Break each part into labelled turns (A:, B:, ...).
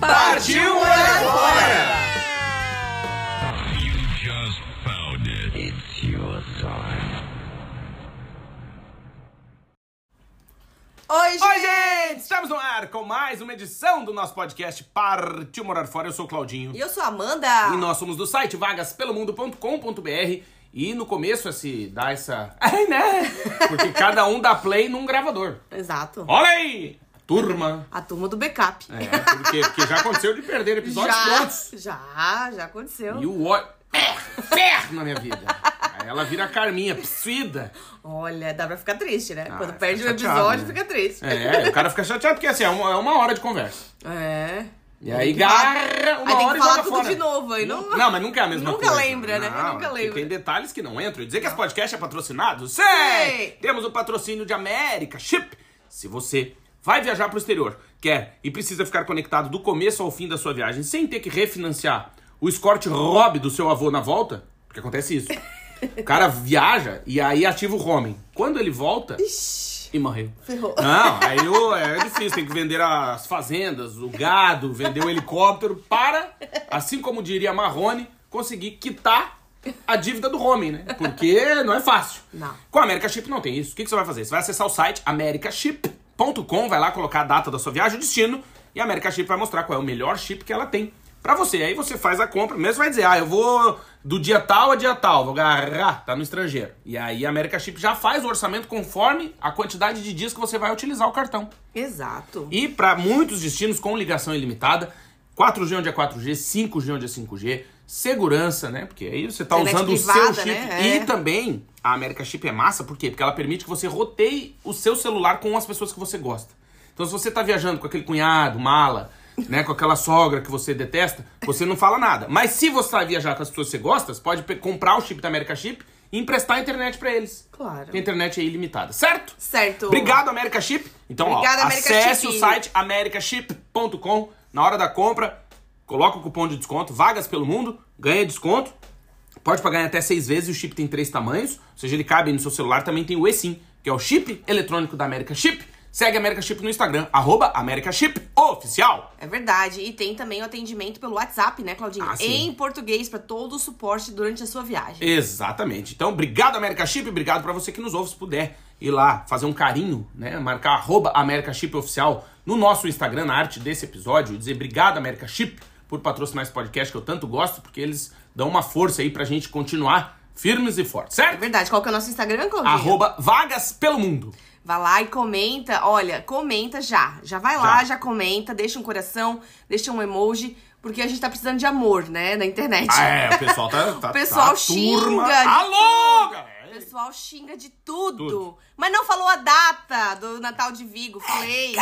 A: Partiu morar fora!
B: You just found it. It's your time.
C: Oi, gente.
A: Oi, gente! Estamos no ar com mais uma edição do nosso podcast Partiu Morar Fora. Eu sou o Claudinho.
C: E eu sou a Amanda.
A: E nós somos do site vagaspelomundo.com.br. E no começo, esse, dá essa... Ai, né? Porque cada um dá play num gravador.
C: Exato.
A: Olha aí! Turma!
C: A turma do backup.
A: É, porque, porque já aconteceu de perder episódios prontos.
C: já, já, já aconteceu.
A: E o óleo... É, ferro na minha vida. Aí ela vira a Carminha, psida.
C: Olha, dá pra ficar triste, né?
A: Ah,
C: Quando perde o
A: fica chateado,
C: episódio,
A: né?
C: fica triste.
A: É, o cara fica chateado porque assim, é uma, é uma hora de conversa.
C: É.
A: E aí
C: que falar-
A: garra uma
C: aí tem que
A: hora e
C: falar
A: joga
C: tudo
A: fora.
C: de novo, aí não-
A: Não, mas nunca é a mesma
C: Nunca
A: coisa.
C: lembra, né?
A: Não,
C: Nunca
A: porque
C: lembra.
A: Tem detalhes que não entram. E dizer que esse podcast é patrocinado? Sim!
C: Sim!
A: Temos o patrocínio de América Chip. Se você vai viajar pro exterior, quer e precisa ficar conectado do começo ao fim da sua viagem sem ter que refinanciar o Escort Rob do seu avô na volta, porque acontece isso. O cara viaja e aí ativa o homem. Quando ele volta, e morreu.
C: Ferrou.
A: Não, aí o- é difícil, tem que vender as fazendas, o gado, vender o helicóptero para, assim como diria Marrone, conseguir quitar a dívida do homem, né? Porque não é fácil.
C: Não.
A: Com a America Chip não tem isso. O que, que você vai fazer? Você vai acessar o site americaship.com, vai lá colocar a data da sua viagem, o destino, e a America Chip vai mostrar qual é o melhor chip que ela tem pra você. Aí você faz a compra, mesmo vai dizer, ah, eu vou do dia tal a dia tal, vou agarrar, tá no estrangeiro. E aí a America Chip já faz o orçamento conforme a quantidade de dias que você vai utilizar o cartão.
C: Exato.
A: E para muitos destinos com ligação ilimitada, 4G onde é 4G, 5G onde é 5G, segurança, né? Porque aí você tá
C: Internet
A: usando o seu
C: privada,
A: chip.
C: né? É.
A: E também a América Chip é massa, por quê? Porque ela permite que você roteie o seu celular com as pessoas que você gosta. Então se você tá viajando com aquele cunhado, mala, né, com aquela sogra que você detesta, você não fala nada. Mas se você vai viajar com as pessoas que você gosta, você pode pe- comprar o chip da América Chip e emprestar a internet para eles.
C: Claro.
A: Porque a internet é ilimitada, certo?
C: Certo.
A: Obrigado, America Chip. Então,
C: Obrigada,
A: ó,
C: America
A: acesse
C: Chip.
A: o site americaship.com. Na hora da compra, coloca o cupom de desconto, vagas pelo mundo, ganha desconto. Pode pagar em até seis vezes, o chip tem três tamanhos, ou seja, ele cabe no seu celular, também tem o eSIM, que é o chip eletrônico da America Chip. Segue a America Chip no Instagram, arroba America Chip Oficial.
C: É verdade. E tem também o atendimento pelo WhatsApp, né, Claudinho?
A: Ah, sim.
C: em português, pra todo o suporte durante a sua viagem.
A: Exatamente. Então, obrigado, America Chip. Obrigado pra você que nos ouve. Se puder ir lá fazer um carinho, né? Marcar arroba America Chip Oficial no nosso Instagram, na arte desse episódio. E dizer obrigado, America Chip, por patrocinar esse podcast que eu tanto gosto, porque eles dão uma força aí pra gente continuar firmes e fortes,
C: É
A: certo?
C: verdade. Qual que é o nosso Instagram, Claudinho?
A: Arroba Vagas Pelo Mundo.
C: Vai lá e comenta. Olha, comenta já. Já vai lá,
A: Já.
C: já comenta, deixa um coração, deixa um emoji, porque a gente tá precisando de amor, né, na internet.
A: Ah, é, o pessoal tá... tá
C: O pessoal
A: tá turma.
C: xinga de
A: Alô,
C: tudo. O
A: galera!
C: pessoal xinga de tudo.
A: Tudo.
C: Mas não falou a data do Natal de Vigo. Falei.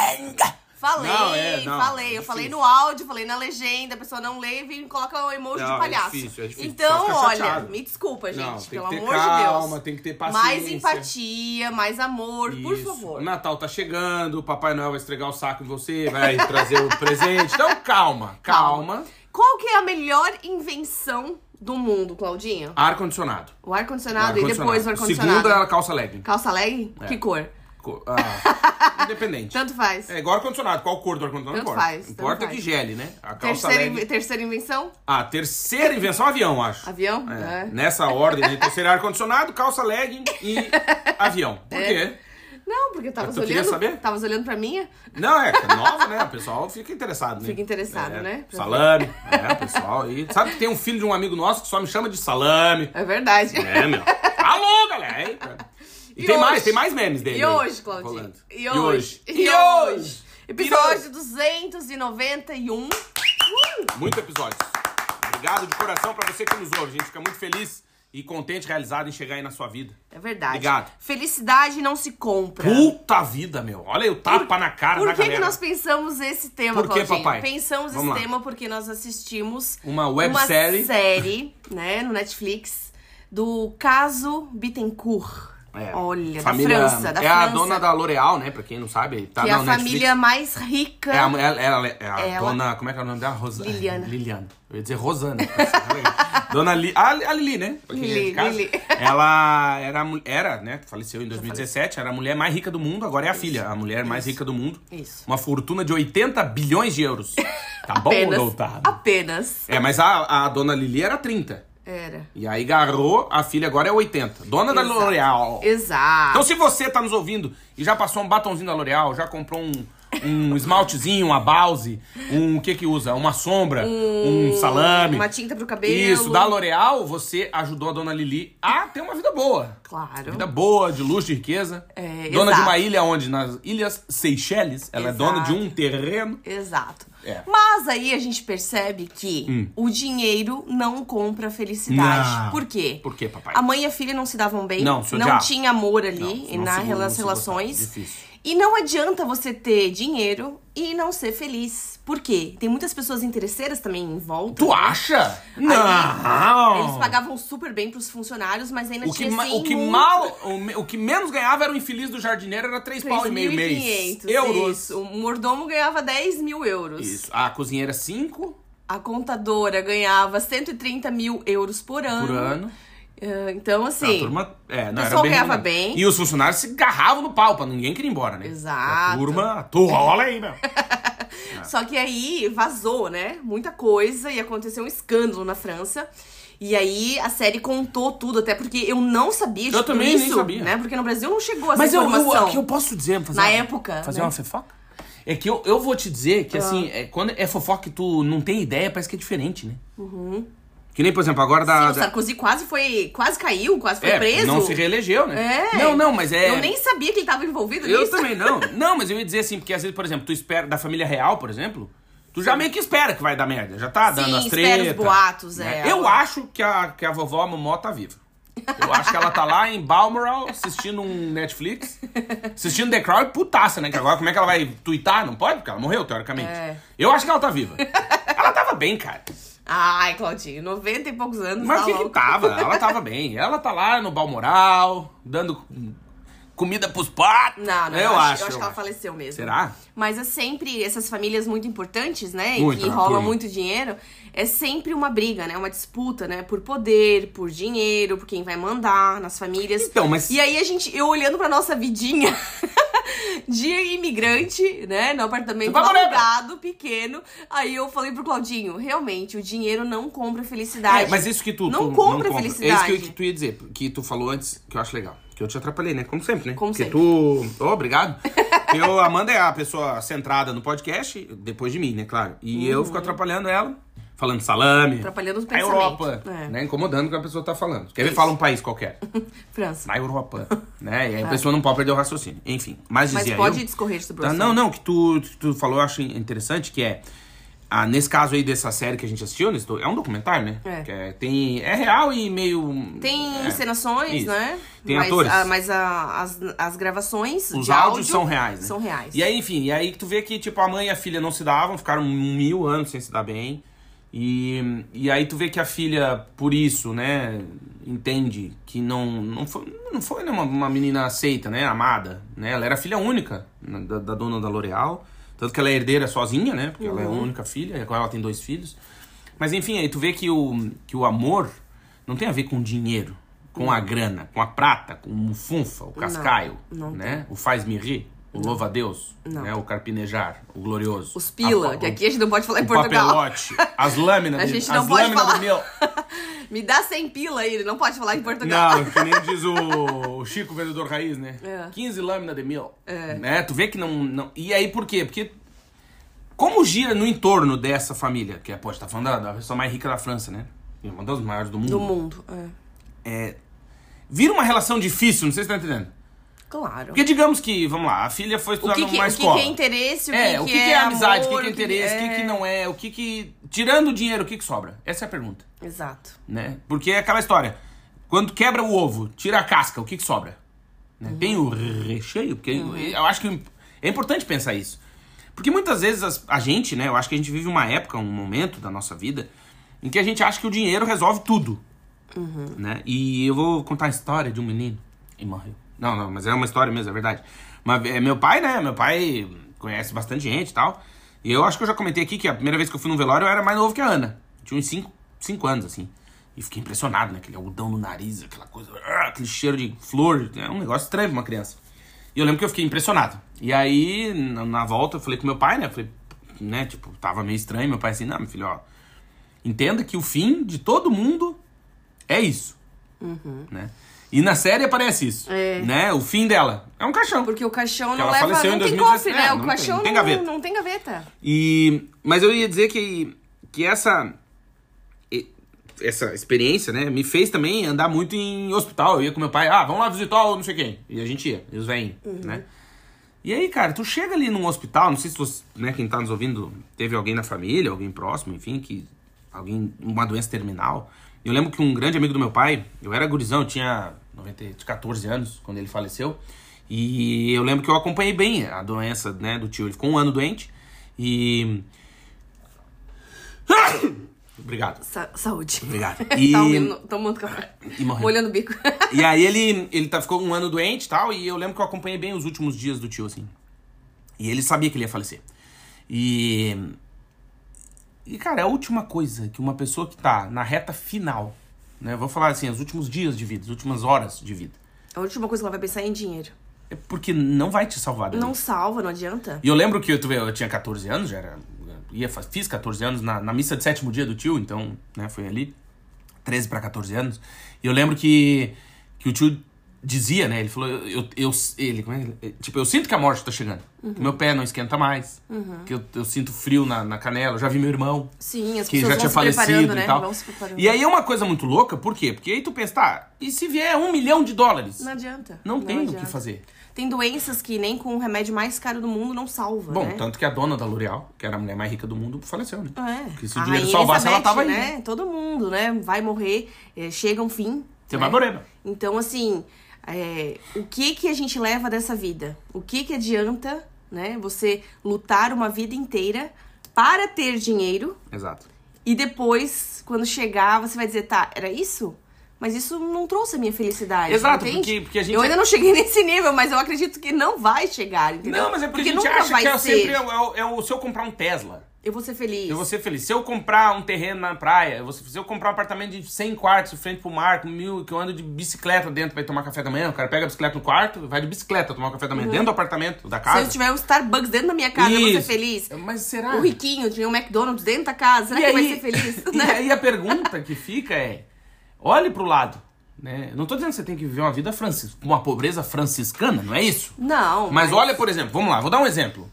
C: Falei,
A: É, Não, é, não,
C: falei.
A: é
C: eu falei
A: difícil.
C: no áudio, falei na legenda, a pessoa não lê e vem- coloca o emoji
A: Não,
C: de
A: é
C: palhaço.
A: difícil, é difícil.
C: Então,
A: Pode ficar
C: olha,
A: chateado.
C: me desculpa, gente,
A: Não, tem
C: pelo
A: que ter
C: amor de
A: calma,
C: Deus.
A: tem que ter paciência.
C: Mais empatia, mais amor, por
A: Isso.
C: favor.
A: O Natal tá chegando, o Papai Noel vai estregar o saco em você, vai trazer o presente. Então calma, calma.
C: Qual que é a melhor invenção do mundo, Claudinha?
A: Ar-condicionado.
C: O ar-condicionado e depois o ar-condicionado.
A: Segunda era calça legging.
C: Calça leg?
A: É.
C: Que cor?
A: Co- ah, independente.
C: Tanto faz.
A: É igual ar-condicionado, qual cor do ar-condicionado?
C: Tanto
A: não importa.
C: faz, tanto
A: importa é
C: faz.
A: que gele, né? A calça
C: Terceira,
A: legging.
C: in- terceira invenção?
A: Ah, terceira invenção, avião, acho.
C: Avião?
A: É,
C: É.
A: Nessa ordem, de terceira ar-condicionado, calça legging e avião. Por
C: É.
A: quê?
C: Não, porque eu tava
A: É, Tu queria
C: olhando.
A: saber?
C: Tavas olhando pra minha?
A: Não, é, que é nova, né? O pessoal fica interessado, né?
C: Fica interessado,
A: É,
C: né?
A: Salame, é, o pessoal aí. Sabe que tem um filho de um amigo nosso que só me chama de salame.
C: É verdade.
A: É, meu. Alô, galera! hein, cara? E,
C: E
A: tem mais,
C: hoje?
A: tem mais memes dele. aí,
C: E hoje, Claudinho?
A: rolando.
C: E hoje?
A: E hoje?
C: Episódio 291. Uh!
A: Muito episódio. Obrigado de coração pra você que nos ouve. A gente fica muito feliz E contente, realizado em chegar aí na sua vida.
C: É verdade.
A: Obrigado.
C: Felicidade não se compra.
A: Puta vida, meu. Olha aí o tapa na cara
C: Por
A: da
C: que, que
A: galera.
C: nós pensamos esse tema,
A: Por que,
C: Claudinho?
A: papai?
C: Pensamos
A: Vamos lá.
C: esse tema porque nós assistimos
A: Uma websérie.
C: uma série, né, no Netflix, do caso Bittencourt.
A: É.
C: Olha,
A: Família-
C: da França, da
A: É
C: França.
A: a dona da L'Oréal, né? Pra quem não sabe. Tá
C: que é
A: na
C: a
A: Netflix.
C: família mais rica.
A: É a, ela, ela- é a
C: Ela.
A: dona. Como é que é o nome dela? Rosana.
C: Liliana.
A: Liliana. Eu ia dizer tá Rosana. dona Li, a, a Lili, né? Pra quem é de
C: Lili,
A: casa.
C: Lili.
A: Ela era, a mu- era, né? Faleceu em 2017. Era a mulher mais rica do mundo. Agora é a filha. A mulher mais rica do mundo.
C: Isso.
A: Uma fortuna de 80 bilhões de euros. Tá bom ou
C: apenas,
A: não tá?
C: apenas.
A: É, mas a, a dona Lili era 30.
C: Era.
A: E aí garrou, a filha agora é 80. Dona da
C: Exato.
A: L'Oréal.
C: Exato.
A: Então, se você tá nos ouvindo e já passou um batonzinho da L'Oreal, já comprou um, um esmaltezinho, uma base, um o que que usa? Uma sombra, um, salame.
C: Uma um- tinta pro cabelo.
A: Isso, da L'Oreal, você ajudou a dona Lili a ter uma vida boa.
C: Claro.
A: Vida boa, de luxo, de riqueza.
C: É,
A: dona
C: exato.
A: de uma ilha onde? Nas Ilhas Seychelles. Ela é dona de
C: Exato.
A: um terreno.
C: Exato.
A: É. Hum.
C: Mas aí a gente percebe que o dinheiro não compra felicidade.
A: Não.
C: Por quê?
A: Por quê, papai?
C: A mãe e a filha não se davam bem.
A: Não, se
C: não
A: odiavam.
C: tinha amor ali
A: Não,
C: e
A: não
C: na-
A: se- não
C: nas
A: se
C: relações.
A: gostavam, difícil.
C: E não adianta você ter dinheiro e não ser feliz. Por quê? Tem muitas pessoas interesseiras também em volta.
A: Tu acha?
C: Aí,
A: Não!
C: eles pagavam super bem pros funcionários, mas ainda
A: O que,
C: tinha
A: ma-
C: assim,
A: o que
C: muito-
A: mal, o, me- o que menos ganhava era o infeliz do jardineiro, era 3 pau e meio mês.
C: 3.500,
A: Euros.
C: Isso. O mordomo ganhava 10 mil euros.
A: Isso. A cozinheira 5
C: A contadora ganhava 130 mil euros por ano.
A: por ano.
C: Ah, Então,
A: A
C: assim.
A: turma, é, não,
C: O
A: era
C: pessoal
A: bem
C: ganhava
A: remunerado.
C: bem.
A: E os funcionários se garravam no pau pra ninguém querer ir embora, né?
C: Exato.
A: A turma, tu rola aí, meu.
C: Só que aí vazou, né? Muita coisa e aconteceu um escândalo na França. E aí a série contou tudo, até porque eu não sabia de
A: Eu
C: tudo
A: também nem
C: isso,
A: sabia.
C: né? Porque no Brasil não chegou essa
A: Mas eu, eu,
C: informação.
A: o que eu posso dizer, fazer
C: Na
A: uma-
C: época,
A: Fazer
C: né? Ah.
A: uma fofoca? É que eu, eu vou te dizer que, assim, é, quando é fofoca que tu não tem ideia, parece que é diferente, né? Uhum. Que nem, por exemplo, agora
C: Sim,
A: da.
C: o
A: da-
C: Sarkozy quase foi. quase caiu, quase foi
A: é,
C: preso.
A: não se reelegeu, né?
C: É.
A: Não, não, mas é.
C: Eu nem sabia que ele tava envolvido
A: Eu
C: nisso.
A: também não. Não, mas eu ia dizer assim, porque às vezes, por exemplo, tu espera da família real, por exemplo, tu já meio que espera que vai dar merda. Já tá
C: Sim,
A: dando as
C: espera
A: tretas.
C: os boatos, é.
A: Eu acho que a, que a vovó Momó tá viva. Eu acho que ela tá lá em Balmoral assistindo um Netflix, assistindo The Crown e putaça, né? Que agora como é que ela vai twittar? Não pode, porque ela morreu, teoricamente.
C: É.
A: Eu acho que ela tá viva. Ela tava bem, cara.
C: Ai, Claudinho, 90 e poucos anos.
A: Mas
C: tá
A: o que, que
C: louco.
A: tava? Ela tava bem. Ela tá lá no Balmoral, dando comida pros patos.
C: Não, não,
A: eu,
C: acho,
A: acho.
C: eu acho que ela faleceu mesmo.
A: Será?
C: Mas é sempre, essas famílias muito importantes, né?
A: Muito,
C: e que
A: né?
C: rola
A: Por-
C: muito dinheiro, é sempre uma briga, né? Uma disputa, né? Por poder, por dinheiro, por quem vai mandar nas famílias.
A: Então, mas-
C: E aí a gente, eu olhando pra nossa vidinha de imigrante, né? No apartamento
A: Vamos, Leda!
C: alugado, pequeno. Aí eu falei pro Claudinho, realmente, o dinheiro não compra felicidade.
A: É, mas isso que tu.
C: Não
A: tu,
C: compra
A: É
C: felicidade.
A: isso que, que tu ia dizer, que tu falou antes, que eu acho legal. Que eu te atrapalhei, né? Como sempre, né?
C: Como
A: Porque
C: sempre.
A: tu. Ô, obrigado. Porque eu, a Amanda é a pessoa centrada no podcast, depois de mim, né? Claro. E
C: Uhum.
A: eu fico atrapalhando ela, falando salame.
C: Atrapalhando os
A: A Europa,
C: pensamentos. É.
A: né? Incomodando o que a pessoa tá falando. Quer ver? Fala um país qualquer.
C: França.
A: Na Europa, né? E aí a pessoa não pode perder o raciocínio. Enfim, mas
C: É. Mas
A: dizia
C: pode
A: eu-
C: discorrer sobre o
A: Tá,
C: assunto.
A: não, não, o que tu, que tu falou eu acho interessante, que é. ah, nesse caso aí dessa série que a gente assistiu, nesse do- é um documentário, né?
C: É.
A: Que é, tem, é real e meio.
C: Tem
A: é,
C: encenações,
A: isso.
C: né?
A: Tem
C: mas,
A: atores.
C: a- mas a- as, as gravações.
A: Os áudios
C: de áudio
A: são reais, né?
C: São reais.
A: E aí, enfim, e aí tu vê que, tipo, a mãe e a filha não se davam, ficaram um mil anos sem se dar bem. E, e aí tu vê que a filha, por isso, né, entende que não, não foi, não foi né, uma, uma menina aceita, né, amada, né? Ela era filha única né, da, da dona da L'Oreal. Tanto que ela é herdeira sozinha, né? Porque ela é a
C: Uhum.
A: única filha, e agora ela tem dois filhos. Mas enfim, aí tu vê que o, que o amor não tem a ver com dinheiro, com a grana, com a prata, com o funfa, o cascaio,
C: Uhum. não
A: né? O faz-me rir, o louva-a-Deus, né? O carpinejar, o glorioso.
C: Os pila,
A: A pa-
C: que aqui a gente não pode falar em
A: o um
C: Portugal.
A: papelote, as lâminas,
C: A
A: de-
C: gente
A: as
C: não pode
A: lâminas
C: falar.
A: do meu.
C: Me dá 100 pila aí, ele não pode falar em Portugal.
A: Não, que nem diz o, o Chico, vendedor raiz, né?
C: É.
A: 15 lâminas de mil. Né? Tu vê que não, não. E aí por quê? Porque. Como gira no entorno dessa família? Que é, pô, a gente tá falando da, da pessoa mais rica da França, né? E Uma das maiores do mundo.
C: Do mundo. É.
A: Vira uma relação difícil, não sei se tá entendendo.
C: Claro.
A: Porque digamos que, vamos lá, a filha foi
C: o
A: estudar
C: que, que,
A: numa
C: o que que
A: escola.
C: é interesse, o que,
A: É, o que, que é amizade,
C: amor,
A: o que, que é interesse, o que, que não é, o que que. Tirando o dinheiro, o que, que sobra? Essa é a pergunta,
C: Exato.
A: né? Porque é aquela história. Quando Quando quebra o ovo, tira a casca, o que, que sobra? Né? Tem o recheio, porque eu acho que é importante pensar isso. Porque muitas vezes as- a gente, né? Eu acho que a gente vive uma época, um momento da nossa vida, em que a gente acha que o dinheiro resolve tudo. Né? E eu vou contar a história de um menino. E morreu. Não, não, mas é uma história mesmo, é verdade. Mas é, meu pai, né? Meu pai conhece bastante gente e tal. E eu acho que eu já comentei aqui que a primeira vez que eu fui num velório eu era mais novo que a Ana. Eu tinha uns 5 anos, assim. E fiquei impressionado, né? Aquele algodão no nariz, aquela coisa, ah, aquele cheiro de flor. É um negócio estranho pra uma criança. E eu lembro que eu fiquei impressionado. E aí, na, na volta, eu falei com meu pai, né? Eu falei, né? Tipo, tava meio estranho. Meu pai assim, não, meu filho, ó. Entenda que o fim de todo mundo é isso. Né? E na série aparece isso.
C: Uhum. É.
A: Né? O fim dela é um caixão.
C: Porque o caixão
A: Porque
C: não
A: ela
C: leva.
A: faleceu
C: Não
A: em
C: tem
A: 2017,
C: cofre,
A: é,
C: né?
A: não
C: O
A: tem-
C: caixão
A: não tem
C: não,
A: gaveta.
C: não tem gaveta.
A: E, mas eu ia dizer que, que essa, e- essa experiência, né, me fez também andar muito em hospital. Eu ia com meu pai, ah, vamos lá visitar o não sei quem. E a gente ia, e os velhinhos,
C: Uhum.
A: né? E aí, cara, tu chega ali num hospital, não sei se você, né, quem tá nos ouvindo teve alguém na família, alguém próximo, enfim, que alguém uma doença terminal. Eu lembro que um grande amigo do meu pai, eu era gurizão, eu tinha 90, e- 14 anos quando ele faleceu, e eu lembro que eu acompanhei bem a doença, né, do tio. Ele ficou um ano doente e Obrigado.
C: Sa- saúde.
A: Obrigado.
C: E...
A: E-
C: tá ouvindo, tomando café.
A: E morreu.
C: Molhando o bico.
A: E aí ele, ele tá, ficou um ano doente e tal, e eu lembro que eu acompanhei bem os últimos dias do tio, assim. E ele sabia que ele ia falecer. E. E, cara, é a última coisa que uma pessoa que tá na reta final, né? Vou falar assim, os últimos dias de vida, as últimas horas de vida.
C: A última coisa que ela vai pensar é em dinheiro.
A: É porque não vai te salvar. da
C: Não salva, não adianta.
A: E eu lembro que tu vê, eu tinha 14 anos, já era, ia, fa- fiz 14 anos na, na missa de sétimo dia do tio, então, né, foi ali, 13 para 14 anos. E eu lembro que, que o tio dizia, né, ele falou, eu, eu, eu- ele, como é que ele- tipo, eu sinto que a morte tá chegando,
C: Uhum.
A: que meu pé não esquenta mais, que eu, eu sinto frio na, na canela, eu já vi meu irmão,
C: Sim, as
A: que
C: pessoas
A: já
C: vão
A: tinha
C: se
A: falecido
C: preparando, né?
A: e tal.
C: Vão se preparando.
A: E aí é uma coisa muito louca, por quê? Porque aí tu pensa, tá, e se vier um milhão de dólares?
C: Não adianta.
A: Não tem o que
C: adianta.
A: fazer.
C: Tem doenças que nem com o remédio mais caro do mundo não salva,
A: Bom, tá.
C: né?
A: tanto que a dona da L'Oréal, que era a mulher mais rica do mundo, faleceu, né?
C: É.
A: Porque se
C: A
A: o dinheiro
C: rainha
A: salvasse, ela tava aí.
C: Elizabeth, Né? Todo mundo, né? Vai morrer, é, chega um fim.
A: Você
C: né?
A: vai morrer.
C: Então, assim, é, o que que a gente leva dessa vida? O que que adianta, né? Você lutar uma vida inteira para ter dinheiro
A: Exato.
C: e depois, quando chegar, você vai dizer, tá, era isso? Mas isso não trouxe a minha felicidade.
A: Exato,
C: entende?
A: porque- porque a gente
C: Eu
A: é-
C: ainda não cheguei nesse nível, mas eu acredito que não vai chegar, entendeu?
A: Não, mas é porque, a gente
C: nunca
A: acha
C: vai
A: que é
C: ser.
A: sempre é, o- é o- é o se eu comprar um Tesla,
C: Eu vou ser feliz.
A: eu vou ser feliz. Se eu comprar um terreno na praia, eu vou ser- se eu comprar um apartamento de 100 quartos de frente pro mar, com mil, que eu ando de bicicleta dentro pra ir tomar café da manhã, o cara pega a bicicleta no quarto, vai de bicicleta tomar o café da manhã dentro do apartamento, da
C: Uhum. Se eu
A: casa.
C: tiver um Starbucks dentro da minha casa, eu vou ser
A: Isso.
C: feliz.
A: Mas será?
C: O riquinho tinha um McDonald's dentro da casa, será
A: E
C: que vai
A: aí-
C: ser feliz?
A: E
C: né?
A: aí a pergunta que fica é: olhe pro lado. Né? Eu Não tô dizendo que você tem que viver uma vida francis, uma pobreza franciscana, não é isso?
C: Não.
A: Mas olha, por exemplo, vamos lá, vou dar um exemplo.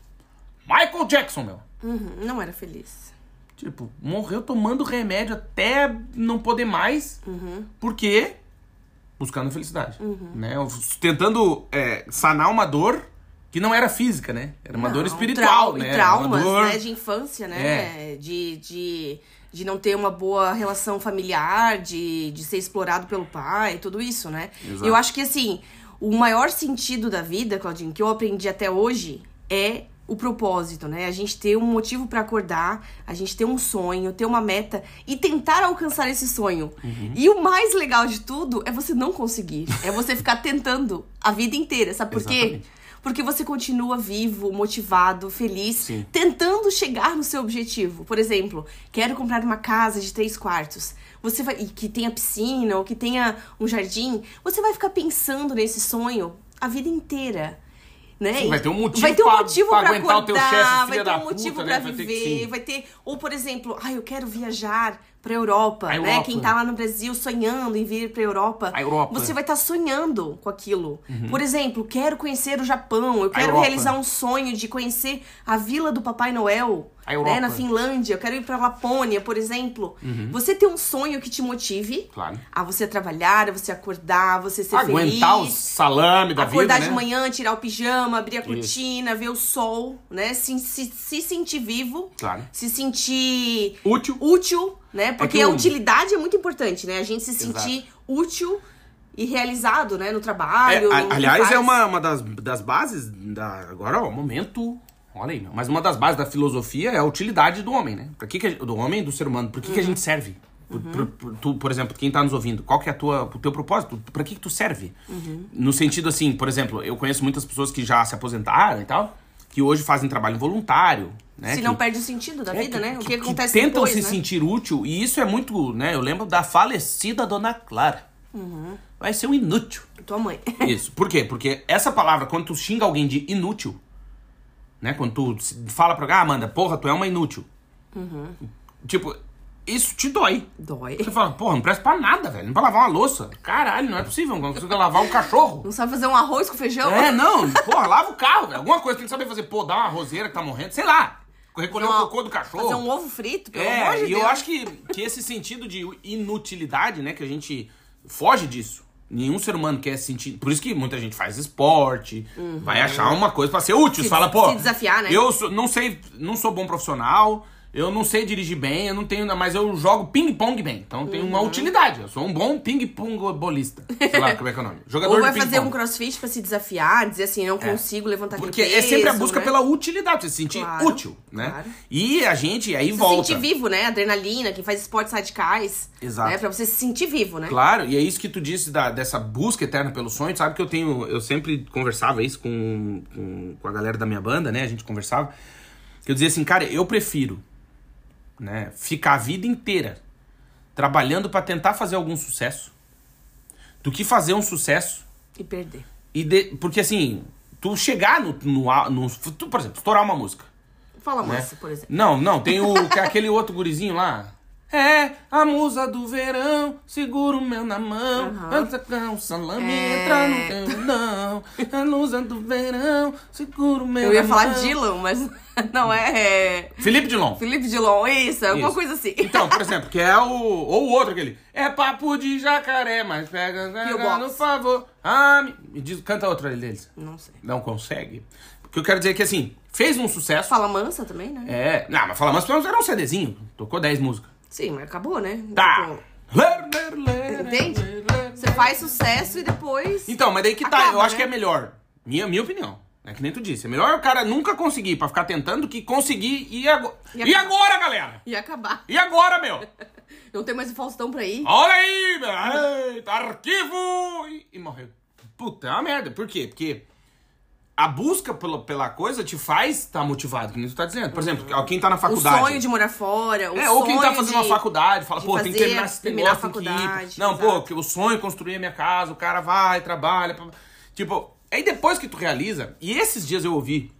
A: Michael Jackson, meu.
C: Uhum, não era feliz.
A: Tipo, morreu tomando remédio até não poder mais.
C: Uhum.
A: Porque buscando felicidade. Né? Tentando é, sanar uma dor que não era física, né? Era uma
C: Não,
A: dor
C: um
A: espiritual,
C: trau-
A: né?
C: E traumas,
A: uma dor... É.
C: né? De infância, né? De, de, de não ter uma boa relação familiar, de, de ser explorado pelo pai, tudo isso, né?
A: Exato.
C: Eu acho que, assim, o maior sentido da vida, Claudinho, que eu aprendi até hoje, é o propósito, né? A gente ter um motivo pra acordar, a gente ter um sonho, ter uma meta e tentar alcançar esse sonho.
A: Uhum.
C: E o mais legal de tudo é você não conseguir, é você ficar tentando a vida inteira, sabe por quê?
A: Exatamente.
C: Porque você continua vivo, motivado, feliz,
A: Sim.
C: tentando chegar no seu objetivo. Por exemplo, quero comprar uma casa de três quartos. Você vai, e que tenha piscina ou que tenha um jardim. Você vai ficar pensando nesse sonho a vida inteira. Né?
A: Sim, vai ter um motivo
C: vai ter um
A: pra-
C: motivo
A: pra
C: pra
A: aguentar o teu
C: acordar,
A: chefe, filha
C: vai ter
A: da
C: um motivo
A: puta,
C: pra
A: né? Vai ter que-
C: viver,
A: sim.
C: vai ter ou por exemplo, ah, eu quero viajar pra Europa,
A: A
C: né?
A: Europa.
C: Quem tá lá no Brasil sonhando em vir pra Europa,
A: A Europa. Uhum.
C: você vai estar sonhando com aquilo. Por exemplo, quero conhecer o Japão, eu quero
A: Europa.
C: realizar um sonho de conhecer a vila do Papai Noel,
A: A Europa. Uhum.
C: né, na Finlândia, eu quero ir pra Lapônia, por exemplo. Você ter um sonho que te motive
A: Claro.
C: a você trabalhar, a você acordar, a você ser
A: Aguentar
C: feliz
A: o salame da
C: acordar
A: vida,
C: de
A: né?
C: manhã, tirar o pijama, abrir a cortina, ver o sol, né? Se, se, se sentir vivo,
A: Claro.
C: se sentir
A: Útil.
C: útil, né? Porque
A: que
C: a é
A: o-
C: utilidade é muito importante, né? A gente se sentir útil e realizado, né? No
A: É,
C: trabalho.
A: a-
C: no que
A: aliás, é
C: faz.
A: uma, uma das, das bases da. Agora, ó, momento. Olha aí, meu. Mas uma das bases da filosofia é a utilidade do homem, né? Pra que que a- do homem e do ser humano. Por que,
C: Uhum.
A: que a gente serve? Por, por- por- tu, por exemplo, quem tá nos ouvindo, qual que é a tua, o teu propósito? Pra que, que tu serve?
C: Uhum.
A: No sentido assim, por exemplo, eu conheço muitas pessoas que já se aposentaram e tal, que hoje fazem trabalho voluntário, né?
C: Se
A: que,
C: não perde o sentido da
A: é,
C: vida, né? O que, acontece
A: tentam
C: depois,
A: se
C: né?
A: sentir útil, e isso é muito, né? Eu lembro da falecida Dona Clara.
C: Uhum.
A: Vai ser um inútil.
C: Tua mãe.
A: Isso. Por quê? Porque essa palavra, quando tu xinga alguém de inútil, né? Quando tu se- fala pra alguém, ah, Amanda, porra, tu é uma inútil. Tipo, isso te dói.
C: Uhum. Dói.
A: Você fala, porra, não presta pra nada, velho. Não pra lavar uma louça. Caralho, não é possível. Não consigo lavar um cachorro.
C: Não sabe fazer um arroz com feijão?
A: É, não. Porra, lava o carro, velho. Alguma coisa tem que saber fazer. Pô, dá uma roseira que tá morrendo. Sei lá. Recolher
C: Não,
A: o cocô do cachorro.
C: Fazer um ovo frito, pelo
A: É,
C: amor de
A: e
C: Deus.
A: eu acho que, que esse sentido de inutilidade, né, que a gente foge disso. Nenhum ser humano quer se sentir. Por isso que muita gente faz esporte, vai achar uma coisa pra ser útil.
C: Uhum. Se-
A: Você fala, pô.
C: se desafiar, né?
A: Eu sou- não sei, não sou bom profissional, eu não sei dirigir bem, eu não tenho. Mas eu jogo ping-pong bem. Então tem
C: Uhum.
A: uma utilidade. Eu sou um bom ping-pong bolista. Sei lá como é que é o nome. Jogador
C: Ou vai
A: de
C: fazer
A: ping-pong.
C: um crossfit pra se desafiar, dizer assim, não consigo levantar aquele
A: Porque é sempre a
C: peso,
A: busca
C: né?
A: pela utilidade, você se sentir
C: Claro,
A: útil, né?
C: claro.
A: E a gente aí
C: Se
A: volta.
C: sentir vivo, né? Adrenalina, quem faz esportes radicais.
A: Exato.
C: Né? Pra você se sentir vivo, né?
A: Claro, e é isso que tu disse da- dessa busca eterna pelo sonho. Tu Sabe que eu tenho. Eu sempre conversava isso com, com, com a galera da minha banda, né? A gente conversava. que Eu dizia assim, cara, eu prefiro né, ficar a vida inteira trabalhando pra tentar fazer algum sucesso do que fazer um sucesso
C: E perder.
A: e. de- porque assim, tu chegar no, no, a- no- tu, por exemplo, estourar uma música.
C: Fala,
A: né?
C: moça, por exemplo.
A: Não, não, tem o, que é aquele outro gurizinho lá. É, a musa do verão, segura o meu na mão.
C: Aham.
A: Anta com salame,
C: É.
A: entra no teu não. A musa do verão, segura o meu
C: Eu ia
A: na
C: falar
A: mão.
C: Dylan, mas não é. é
A: Felipe Dilon.
C: Felipe Dilon, isso, é alguma
A: Isso.
C: coisa assim.
A: Então, por exemplo, que é o. Ou o outro aquele. É papo de jacaré, mas pega. pega no
C: Box.
A: favor. Ah, me, me diz, canta outra deles.
C: Não sei.
A: Não consegue. Porque eu quero dizer que assim, fez um sucesso.
C: Fala mansa também, né?
A: É. Não, mas fala, mas pelo menos era um CDzinho. Tocou 10 músicas.
C: Sim, mas acabou, né?
A: Tá.
C: Tipo,
A: Ler, ler, ler,
C: Entende?
A: ler, ler.
C: Você faz sucesso e depois.
A: Então, mas daí que tá.
C: Acaba,
A: eu acho
C: né?
A: que é melhor. Minha, minha opinião. É que nem tu disse. É melhor o cara nunca conseguir pra ficar tentando que conseguir e agora.
C: E
A: E agora, galera?
C: E acabar.
A: E agora, meu?
C: Não tem mais o Faustão pra ir.
A: Olha aí, meu. Eita, arquivo! E, e morreu. Puta, é uma merda. Por quê? Porque a busca pela, pela coisa te faz estar motivado, que nem tu tá dizendo. Por exemplo, quem tá na
C: O
A: faculdade.
C: sonho de morar fora. O
A: É, ou quem tá
C: sonho
A: fazendo
C: de-
A: uma faculdade, fala,
C: de
A: pô, tem que
C: fazer-
A: terminar esse
C: terminar a
A: negócio, tem que ir.
C: faculdade,
A: Não, pô,
C: exato.
A: que o sonho é construir a minha casa, o cara vai, trabalha. pá, pá. Tipo, aí depois que tu realiza, e esses dias eu ouvi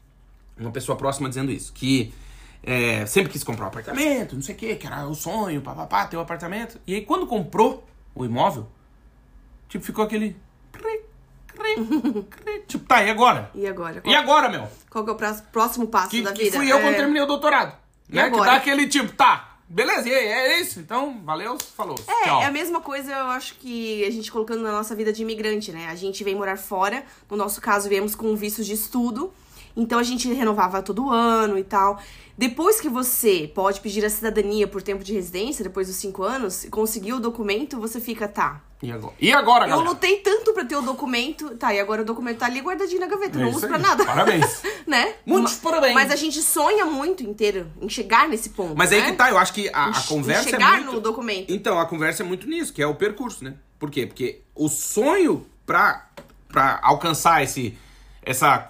A: uma pessoa próxima dizendo isso, que é, sempre quis comprar um apartamento, não sei o quê, que era o sonho, papapá, ter um apartamento. E aí quando comprou o imóvel, tipo, ficou aquele... cri, cri, cri. tipo, tá, e agora?
C: E agora? Qual,
A: E agora, meu?
C: qual que é o pra- próximo passo
A: que,
C: da
A: que
C: vida?
A: fui eu quando
C: É.
A: terminei o doutorado.
C: E
A: Né? Que
C: agora?
A: dá aquele tipo, tá, beleza, e aí, é isso. Então, valeu, falou.
C: É,
A: tchau.
C: é a mesma coisa, eu acho que a gente colocando na nossa vida de imigrante, né? A gente vem morar fora, no nosso caso, viemos com visto de estudo, então a gente renovava todo ano e tal. Depois que você pode pedir a cidadania por tempo de residência, depois dos cinco anos, conseguiu o documento, você fica, tá.
A: E agora, e agora
C: Eu
A: galera?
C: lutei tanto pra ter o documento, tá, e agora o documento tá ali guardadinho na gaveta,
A: É
C: não
A: isso
C: uso
A: aí.
C: pra nada.
A: Parabéns.
C: né?
A: Muitos
C: Ma-
A: parabéns.
C: Mas a gente sonha muito inteiro em chegar nesse ponto.
A: Mas aí
C: né?
A: que tá, eu acho que a, a
C: Em- em
A: conversa
C: chegar
A: é muito...
C: no documento.
A: Então, a conversa é muito nisso, que é o percurso, né? Por quê? Porque o sonho pra, pra alcançar esse, essa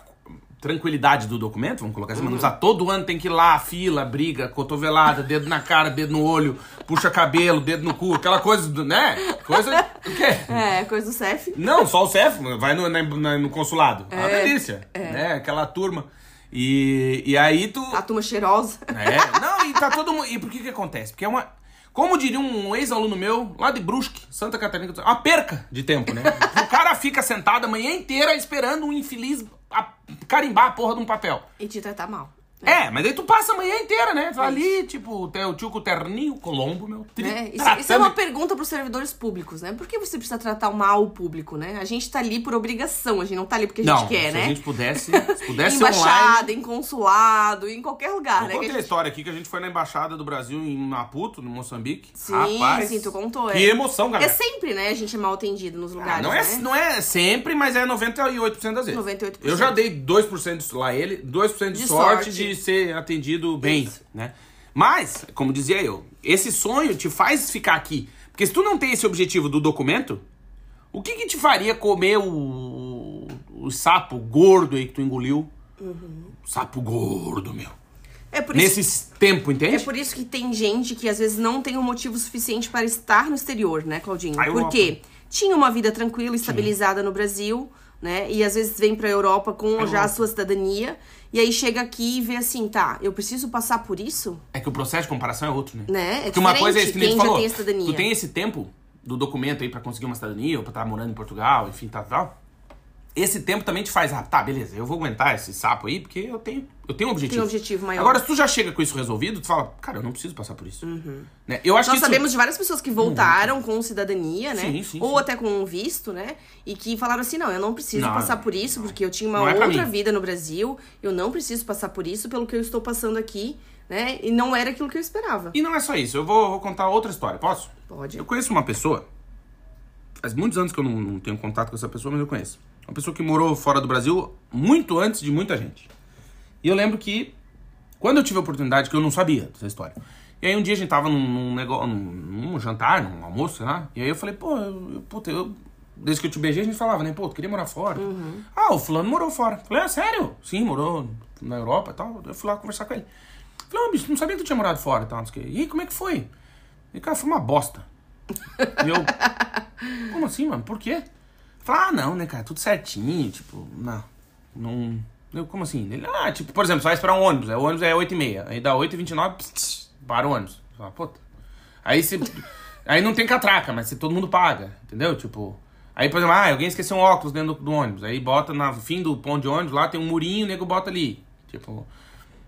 A: tranquilidade do documento, vamos colocar assim, mas não
C: Uhum.
A: precisa, todo ano tem que ir lá, fila, briga, cotovelada, dedo na cara, dedo no olho, puxa cabelo, dedo no cu, aquela coisa, do, né? Coisa... O quê?
C: É, coisa do CEF.
A: Não, só o CEF, vai no, na- na- no consulado. É uma delícia. Né? Aquela turma. E, e aí tu.
C: A turma cheirosa.
A: É, não, e tá todo mundo. E por que que acontece? Porque é uma. Como diria um ex-aluno meu, lá de Brusque, Santa Catarina, uma perca de tempo, né? O cara fica sentado a manhã inteira esperando um infeliz a- carimbar a porra de um papel.
C: E te tratar mal.
A: É, mas aí tu passa a manhã inteira, né? Tu vai ali, tipo, tem o tio com o terninho, Colombo, meu. Tri,
C: né? Isso,
A: tratando-
C: isso é uma pergunta para os servidores públicos, né? Por que você precisa tratar mal o público, né? A gente tá ali por obrigação, a gente não tá ali porque a gente
A: Não,
C: quer,
A: se
C: né?
A: a gente pudesse, se pudesse
C: em
A: ser online...
C: embaixada, em consulado, em qualquer
A: Eu
C: lugar, né? Que a
A: contei a
C: gente-
A: história aqui que a gente foi na Embaixada do Brasil em Maputo, no Moçambique.
C: Sim,
A: Rapaz,
C: sim, tu contou, é.
A: Que emoção,
C: É
A: galera.
C: sempre, né? A gente é mal atendido nos lugares.
A: não, é,
C: né?
A: não é sempre, mas é 98% das vezes.
C: 98%.
A: Eu já dei 2% de, lá ele, 2% de, sorte,
C: De sorte.
A: de ser atendido bem,
C: Isso.
A: né? Mas, como dizia eu, esse sonho te faz ficar aqui. Porque se tu não tem esse objetivo do documento, o que que te faria comer o, o sapo gordo aí que tu engoliu? Sapo gordo, meu.
C: É Uhum. por isso.
A: Nesse tempo, entende?
C: É por isso que tem gente que às vezes não tem o motivo suficiente para estar no exterior, né, Claudinho?
A: A Europa.
C: Porque tinha uma vida tranquila, estabilizada no Brasil, né? E às vezes vem pra Europa com já a sua cidadania. E aí chega aqui e vê assim, tá, eu preciso passar por isso?
A: É que o processo de comparação é outro, né?
C: Né? É
A: Porque uma
C: diferente
A: coisa é isso que nem
C: quem
A: tu
C: já
A: falou.
C: tem a cidadania.
A: Tu tem esse tempo do documento aí pra conseguir uma cidadania ou pra estar morando em Portugal, enfim, tal, tal. Esse tempo também te faz, ah, tá, beleza, eu vou aguentar esse sapo aí porque eu tenho, eu tenho um objetivo.
C: Tem um objetivo maior.
A: Agora, se tu já chega com isso resolvido, tu fala, cara, eu não preciso passar por isso. Né? Eu acho
C: Uhum. Nós
A: que isso-
C: sabemos de várias pessoas que voltaram com cidadania, né?
A: Sim, sim,
C: Ou
A: sim.
C: até com visto, né? E que falaram assim: não, eu não preciso
A: Não,
C: passar por isso, porque eu tinha uma
A: Não é pra
C: outra
A: mim.
C: vida no Brasil, eu não preciso passar por isso pelo que eu estou passando aqui, né? E não era aquilo que eu esperava.
A: E não é só isso, eu vou, vou contar outra história, posso?
C: Pode.
A: Eu conheço uma pessoa, faz muitos anos que eu não, não tenho contato com essa pessoa, mas eu conheço. Uma pessoa que morou fora do Brasil muito antes de muita gente. E eu lembro que, quando eu tive a oportunidade, que eu não sabia dessa história. E aí um dia a gente tava num, negócio, num, num jantar, num almoço, sei lá. E aí eu falei, pô, eu, eu- puta, eu- desde que eu te beijei a gente falava, né? Pô, tu queria morar fora. Ah, o fulano morou fora. Eu Falei, ah, sério? Sim, morou na Europa e tal. Eu fui lá conversar com ele. Eu Falei, ô bicho, não sabia que tu tinha morado fora e tal. não sei o quê. E aí, como é que foi? E cara, foi uma bosta. E eu, como assim, mano? Por quê? Falar, ah, não, né, cara? Tudo certinho, tipo, não. Não. Eu, como assim? Ele, ah, tipo, por exemplo, você vai esperar um ônibus, aí o ônibus é 8h30, aí dá 8h29, pss, tss, para o ônibus. Você fala, puta. Aí se. Aí não tem catraca, mas se todo mundo paga, entendeu? Tipo. Aí, por exemplo, ah, alguém esqueceu um óculos dentro do, do ônibus. Aí bota no fim do ponto de ônibus, lá tem um murinho, o nego bota ali. Tipo.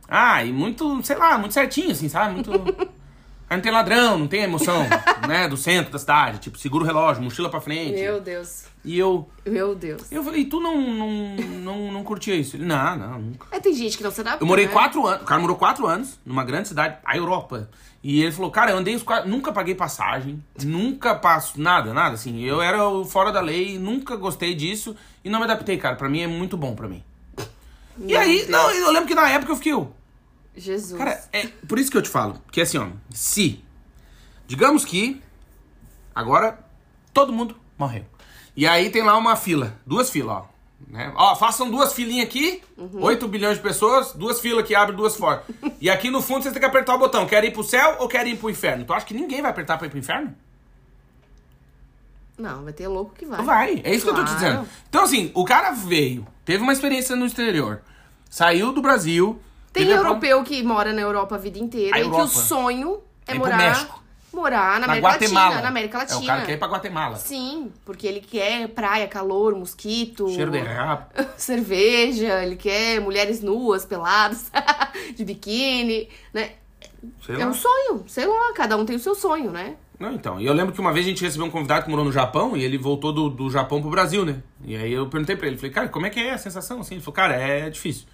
A: Ah, e muito, sei lá, muito certinho, assim, sabe? Muito. Aí não tem ladrão, não tem emoção, né? Do centro da cidade. Tipo, segura o relógio, mochila pra frente.
C: Meu Deus.
A: E eu.
C: Meu Deus.
A: Eu falei, e tu não, não, não, não curtia isso? Ele, não, não, nunca.
C: É, tem gente que não se adapta.
A: Eu morei
C: né?
A: quatro anos. O cara morou quatro anos numa grande cidade, a Europa. E ele falou, cara, eu andei os quatro. Nunca paguei passagem, nunca passo. Nada, nada, assim. Eu era o fora da lei, nunca gostei disso e não me adaptei, cara. Pra mim é muito bom pra mim. e
C: Meu
A: aí,
C: Deus.
A: não, eu lembro que na época eu fiquei. eu,
C: Jesus.
A: Cara, é por isso que eu te falo. Que assim, ó, se. Digamos que. Agora todo mundo morreu. E aí tem lá uma fila. Duas filas, ó. Né? Ó, façam duas filinhas aqui.
C: Uhum.
A: oito 8 bilhões de pessoas, duas filas que abrem, duas fora. e aqui no fundo vocês têm que apertar o botão. Querem ir pro céu ou querem ir pro inferno? Tu acha que ninguém vai apertar pra ir pro inferno?
C: Não, vai ter louco que vai.
A: Vai, é isso que eu tô te
C: Claro.
A: dizendo. Então, assim, o cara veio, teve uma experiência no exterior, saiu do Brasil.
C: Tem
A: teve a- um
C: europeu que mora na Europa a vida inteira
A: A
C: e que o
A: Europa.
C: sonho
A: É
C: é
A: pro
C: morar.
A: México.
C: Morar na
A: Na
C: América
A: Guatemala.
C: Latina. Na América
A: É,
C: Latina.
A: o cara quer ir pra Guatemala.
C: Sim, porque ele quer praia, calor, mosquito.
A: Cheiro de rabo.
C: Cerveja, ele quer mulheres nuas, peladas, de biquíni, né?
A: Sei
C: É
A: lá.
C: um sonho, sei lá, cada um tem o seu sonho, né?
A: Não, então. E eu lembro que uma vez a gente recebeu um convidado que morou no Japão e ele voltou do, do Japão pro Brasil, né? E aí eu perguntei pra ele, falei, cara, como é que é a sensação assim? Ele falou, cara, é difícil.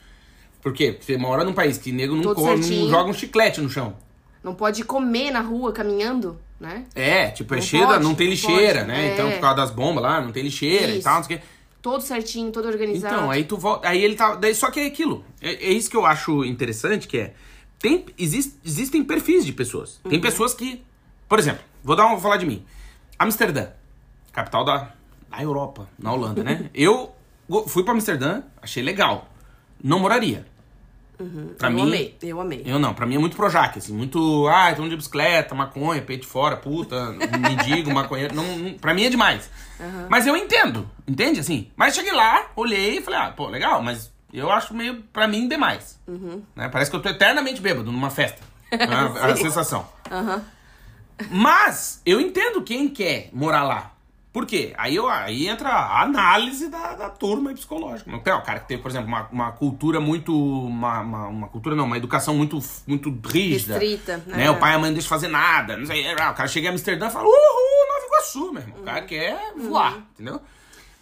A: Por quê? Porque você mora num país que nego não,
C: Todo
A: come, não
C: certinho.
A: joga um chiclete no chão.
C: Não pode comer na rua caminhando, né?
A: É, tipo, é
C: Não
A: cheio da-
C: pode,
A: não tem
C: não
A: lixeira,
C: pode.
A: né?
C: É.
A: Então, por causa das bombas lá, não tem lixeira e
C: Isso.
A: tal, não sei o quê.
C: Todo certinho, todo organizado.
A: Então, aí tu volta. Aí ele tá. Daí, só que é aquilo. É, é isso que eu acho interessante, que é. Tem, exis- existem perfis de pessoas.
C: Uhum.
A: Tem pessoas que. Por exemplo, vou dar uma, vou falar de mim. Amsterdã, capital da, da Europa, na Holanda, né? eu go- fui pra Amsterdã, achei legal. Não moraria. Pra
C: Uhum. eu
A: mim.
C: amei, eu amei.
A: Eu não, pra mim é muito Projac, assim, muito. Ah, então de bicicleta, maconha, peito de fora, puta, mendigo, maconheiro. Não, não, pra mim é demais. Mas eu entendo, entende? Assim. Mas cheguei lá, olhei e falei, ah, pô, legal, mas eu acho meio, pra mim, demais. Né? Parece que eu tô eternamente bêbado numa festa. É a, a sensação. Mas eu entendo quem quer morar lá. Por quê? Aí, eu, aí entra a análise da, da turma psicológica. Não tem o cara que teve, por exemplo, uma, uma cultura muito. Uma, uma, uma cultura não, uma educação muito, muito rígida.
C: Restrita,
A: né?
C: né?
A: O pai e a mãe não deixam fazer nada. Não sei, ah, o cara chega em Amsterdã e fala, uhul, Nova Iguaçu, meu irmão. O cara quer voar, entendeu?
C: Uhum.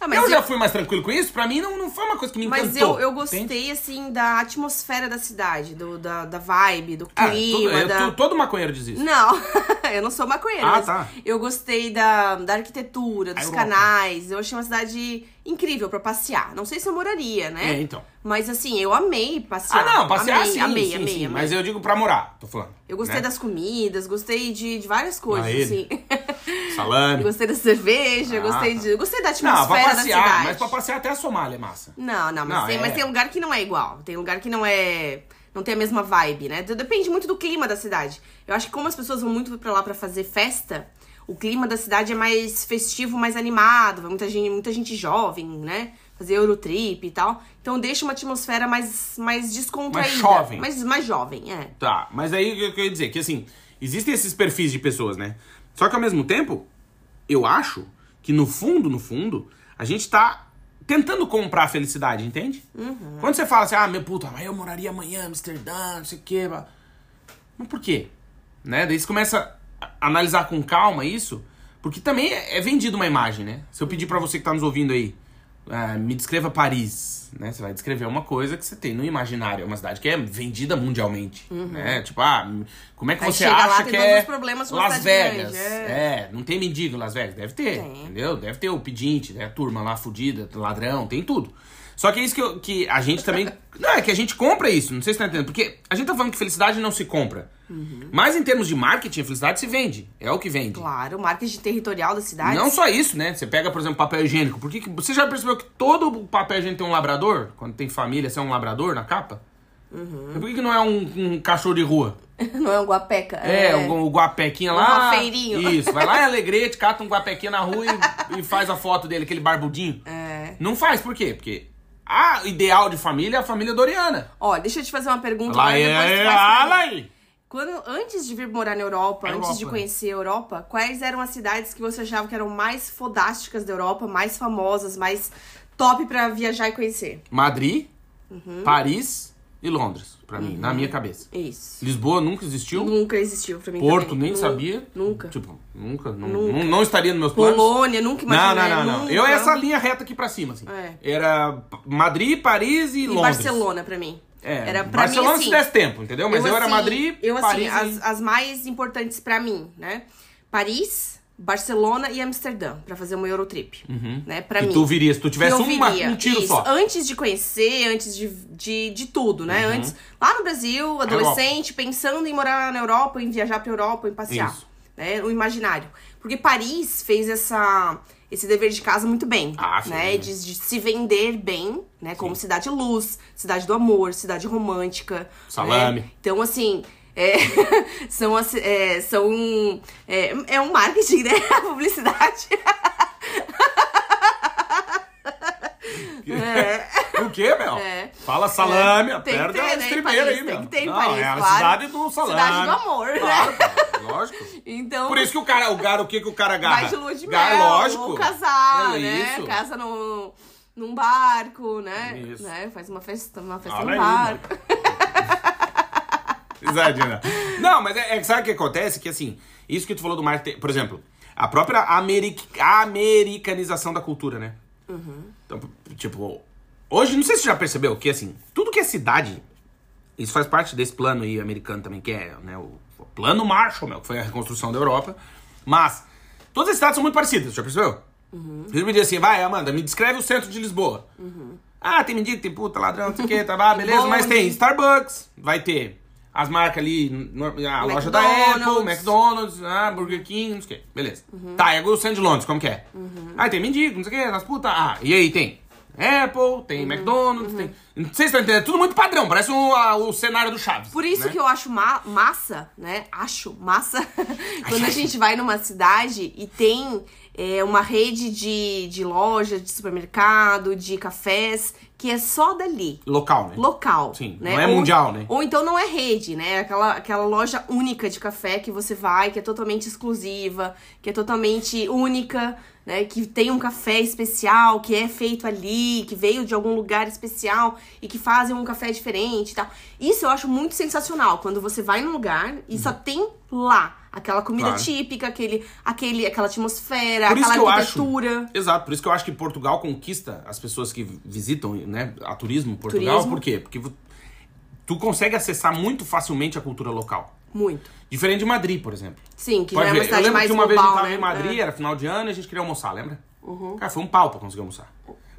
C: Ah, mas
A: eu, já
C: eu-
A: fui mais tranquilo com isso, pra mim não, não foi uma coisa que me encantou.
C: Mas eu, eu
A: entende?
C: gostei, assim, da atmosfera da cidade, do, da, da vibe, do
A: Ah,
C: clima.
A: todo, eu-
C: da...
A: to- todo maconheiro diz isso.
C: Não, eu não sou maconheira.
A: Ah,
C: mas
A: tá.
C: Eu gostei da, da arquitetura,
A: A
C: dos
A: Europa.
C: canais. Eu achei uma cidade incrível pra passear. Não sei se eu moraria, né?
A: É, então.
C: Mas assim, eu amei
A: Ah,
C: passear.
A: não, passear
C: amei,
A: sim,
C: Amei,
A: sim,
C: amei,
A: sim,
C: amei.
A: Mas eu digo pra morar, tô falando.
C: Eu gostei
A: né? Ah,
C: das comidas, gostei de, de várias coisas,
A: Aê.
C: assim.
A: Salame.
C: gostei da cerveja,
A: Ah,
C: gostei
A: tá.
C: de. Gostei da
A: Não,
C: atmosfera
A: pra
C: da
A: passear,
C: cidade.
A: mas pra passear até a Somália é massa.
C: Não, não, mas,
A: Não,
C: tem,
A: é.
C: mas tem lugar que não é igual. Tem lugar que não é. Não tem a mesma vibe, né? Depende muito do clima da cidade. Eu acho que como as pessoas vão muito pra lá pra fazer festa, o clima da cidade é mais festivo, mais animado. Vai muita gente, muita gente jovem, né? Fazer Eurotrip e tal. Então deixa uma atmosfera mais, mais descontraída.
A: jovem.
C: Mais, mais jovem, é.
A: Tá, mas aí o que eu queria dizer? Que assim, existem esses perfis de pessoas, né? Só que ao mesmo tempo, eu acho que no fundo, no fundo, a gente tá tentando comprar a felicidade, entende?
C: Uhum.
A: Quando você fala assim, ah, meu puta, mas eu moraria amanhã em Amsterdã, não sei o quê. blá. Mas por quê? Né? Daí você começa a analisar com calma isso, porque também é é vendido uma imagem, né? Se eu pedir pra você que tá nos ouvindo aí, ah, me descreva Paris, né? Você vai descrever uma coisa que você tem no imaginário, é uma cidade que é vendida mundialmente, né? Tipo, ah, m- como é que
C: Uhum. Aí
A: você
C: chega lá,
A: acha
C: tem
A: que
C: todos
A: é
C: os problemas de uma
A: Las
C: cidade
A: Vegas?
C: grande, é.
A: É, não tem mendigo em Las Vegas? Deve ter,
C: Tem.
A: entendeu? Deve ter o pedinte, né? A turma lá fudida, ladrão, tem tudo. Só que é isso que, eu- que a gente também. Não, é que a gente compra isso, não sei se tá entendendo. Porque a gente tá falando que felicidade não se compra. Mas em termos de marketing, a felicidade se vende. É o que vende.
C: Uhum. Claro, o marketing territorial da cidade.
A: Não só isso, né? Você pega, por exemplo, papel higiênico. Por que que- você já percebeu que todo o papel higiênico tem um labrador? Quando tem família, você é um labrador na capa?
C: Uhum.
A: Por que, que não é um, um cachorro de rua?
C: não é um guapeca.
A: É, o, o guapequinha lá.
C: rafeirinho.
A: Isso, vai lá em Alegrete, cata um guapequinha na rua e, e faz a foto dele, aquele barbudinho.
C: É.
A: Não faz, por quê? Porque a ideal de família é a família Doriana.
C: Ó, deixa eu te fazer uma pergunta.
A: Lá
C: mas
A: é,
C: depois tu
A: é,
C: faz pra
A: ah,
C: mim.
A: lá aí.
C: Quando, antes de vir morar na Europa,
A: Na
C: antes de
A: Europa.
C: conhecer a Europa, quais eram as cidades que você achava que eram mais fodásticas da Europa, mais famosas, mais top pra viajar e conhecer?
A: Madrid,
C: Uhum.
A: Paris e Londres, pra mim, na minha cabeça.
C: Isso.
A: Lisboa nunca existiu.
C: Uhum. Nunca existiu pra mim.
A: Porto
C: também.
A: nem
C: Nu-
A: sabia.
C: Nunca.
A: Tipo, nunca. Não, não- não estaria nos meus planos.
C: Polônia, nunca
A: Não,
C: imaginei. né?
A: não, não, não.
C: nunca.
A: Eu essa linha reta aqui pra cima, assim.
C: É.
A: Era Madrid, Paris e,
C: E
A: Londres.
C: Barcelona pra mim.
A: É,
C: Era pra
A: Barcelona
C: mim,
A: se
C: assim,
A: desse tempo, entendeu? Mas eu, era
C: assim,
A: Madrid,
C: eu, assim,
A: Paris e-
C: as, as mais importantes pra mim, né? Paris, Barcelona e Amsterdã, pra fazer uma Eurotrip, né? Pra
A: Uhum. E
C: mim.
A: tu viria, se tu tivesse
C: que eu
A: uma-
C: viria.
A: um tiro
C: Isso,
A: só.
C: Antes de conhecer, antes de, de, de tudo, né?
A: Uhum.
C: Antes, lá no Brasil, adolescente, pensando em morar na Europa, em viajar pra Europa, em passear.
A: Isso.
C: Né? O imaginário. Porque Paris fez essa, esse dever de casa muito bem.
A: Ah, sim.
C: né? De, de se vender bem, né? Como cidade luz, cidade do amor, cidade romântica.
A: Salame.
C: né? Então, assim. é, são, as- é, são é, é um marketing, né? A publicidade.
A: O quê, meu?
C: É.
A: Fala salame,
C: É.
A: a
C: Tem que
A: perna
C: ter,
A: é
C: né, em
A: estribeira
C: Paris,
A: aí, meu.
C: tem que ter em
A: Não,
C: Paris,
A: é a
C: claro.
A: cidade do salame.
C: Cidade do amor, né?
A: Claro, pô, lógico.
C: Então,
A: Por isso que o cara, o cara, o que que o cara agarra?
C: vai de lua de mel,
A: Gar- lógico.
C: ou casar,
A: É
C: né?
A: isso.
C: Casa no, num barco, né?
A: Isso.
C: Né? Faz uma festa, uma festa
A: Olha
C: no
A: aí,
C: assim, um barco.
A: Exagera. Não, mas é, é que sabe o que acontece? Que assim, isso que tu falou do marketing, por exemplo, a própria americ- americanização da cultura, né? Então, tipo, hoje, não sei se você já percebeu que assim, tudo que é cidade, isso faz parte desse plano aí americano também, que é né, o, o plano Marshall, meu, que foi a reconstrução da Europa. Mas, todas as cidades são muito parecidas, já percebeu? Eles me dizem assim, vai, Amanda, me descreve o centro de Lisboa. Ah, tem mendigo, tem puta, ladrão, não sei o que, tá, ah, beleza, mas
C: bonde.
A: tem Starbucks, vai ter as marcas ali, no- a loja da Apple,
C: McDonald's.
A: McDonald's, ah, Burger King, não sei o que, beleza.
C: Uhum.
A: Tá, e agora o centro de Londres, como que é? Ah, tem mendigo, não sei o que, as putas, ah, e aí tem? Apple, tem
C: Uhum.
A: McDonald's, tem. Não sei se tá entendendo, é tudo muito padrão, parece um, ah, o cenário do Chaves.
C: Por isso
A: né?
C: que eu acho ma- massa, né? Acho massa quando a gente vai numa cidade e tem é, uma rede de, de loja, de supermercado, de cafés, que é só dali.
A: Local, né?
C: local.
A: Sim,
C: né?
A: não é
C: Ou-
A: mundial, né?
C: Ou então não é rede, né? Aquela, aquela loja única de café que você vai, que é totalmente exclusiva, que é totalmente única, né? Que tem um café especial, que é feito ali, que veio de algum lugar especial e que fazem um café diferente e tal. Isso eu acho muito sensacional, quando você vai num lugar e só tem lá aquela comida
A: Uhum. Claro.
C: típica, aquele, aquele, aquela atmosfera,
A: Por isso
C: aquela
A: que eu acho.
C: arquitetura.
A: Exato, por isso que eu acho que Portugal conquista as pessoas que visitam, né, a turismo em Portugal.
C: Turismo.
A: Por quê? Porque vo- tu consegue acessar muito facilmente a cultura local.
C: Muito.
A: Diferente de Madrid, por exemplo.
C: Sim, que
A: Pode
C: já é
A: ver.
C: uma
A: eu
C: cidade
A: lembro
C: mais
A: que uma vez a gente
C: global,
A: tava
C: né?
A: em Madrid,
C: É. Uhum.
A: era final de ano e a gente queria almoçar, lembra? Cara, foi um pau pra conseguir almoçar.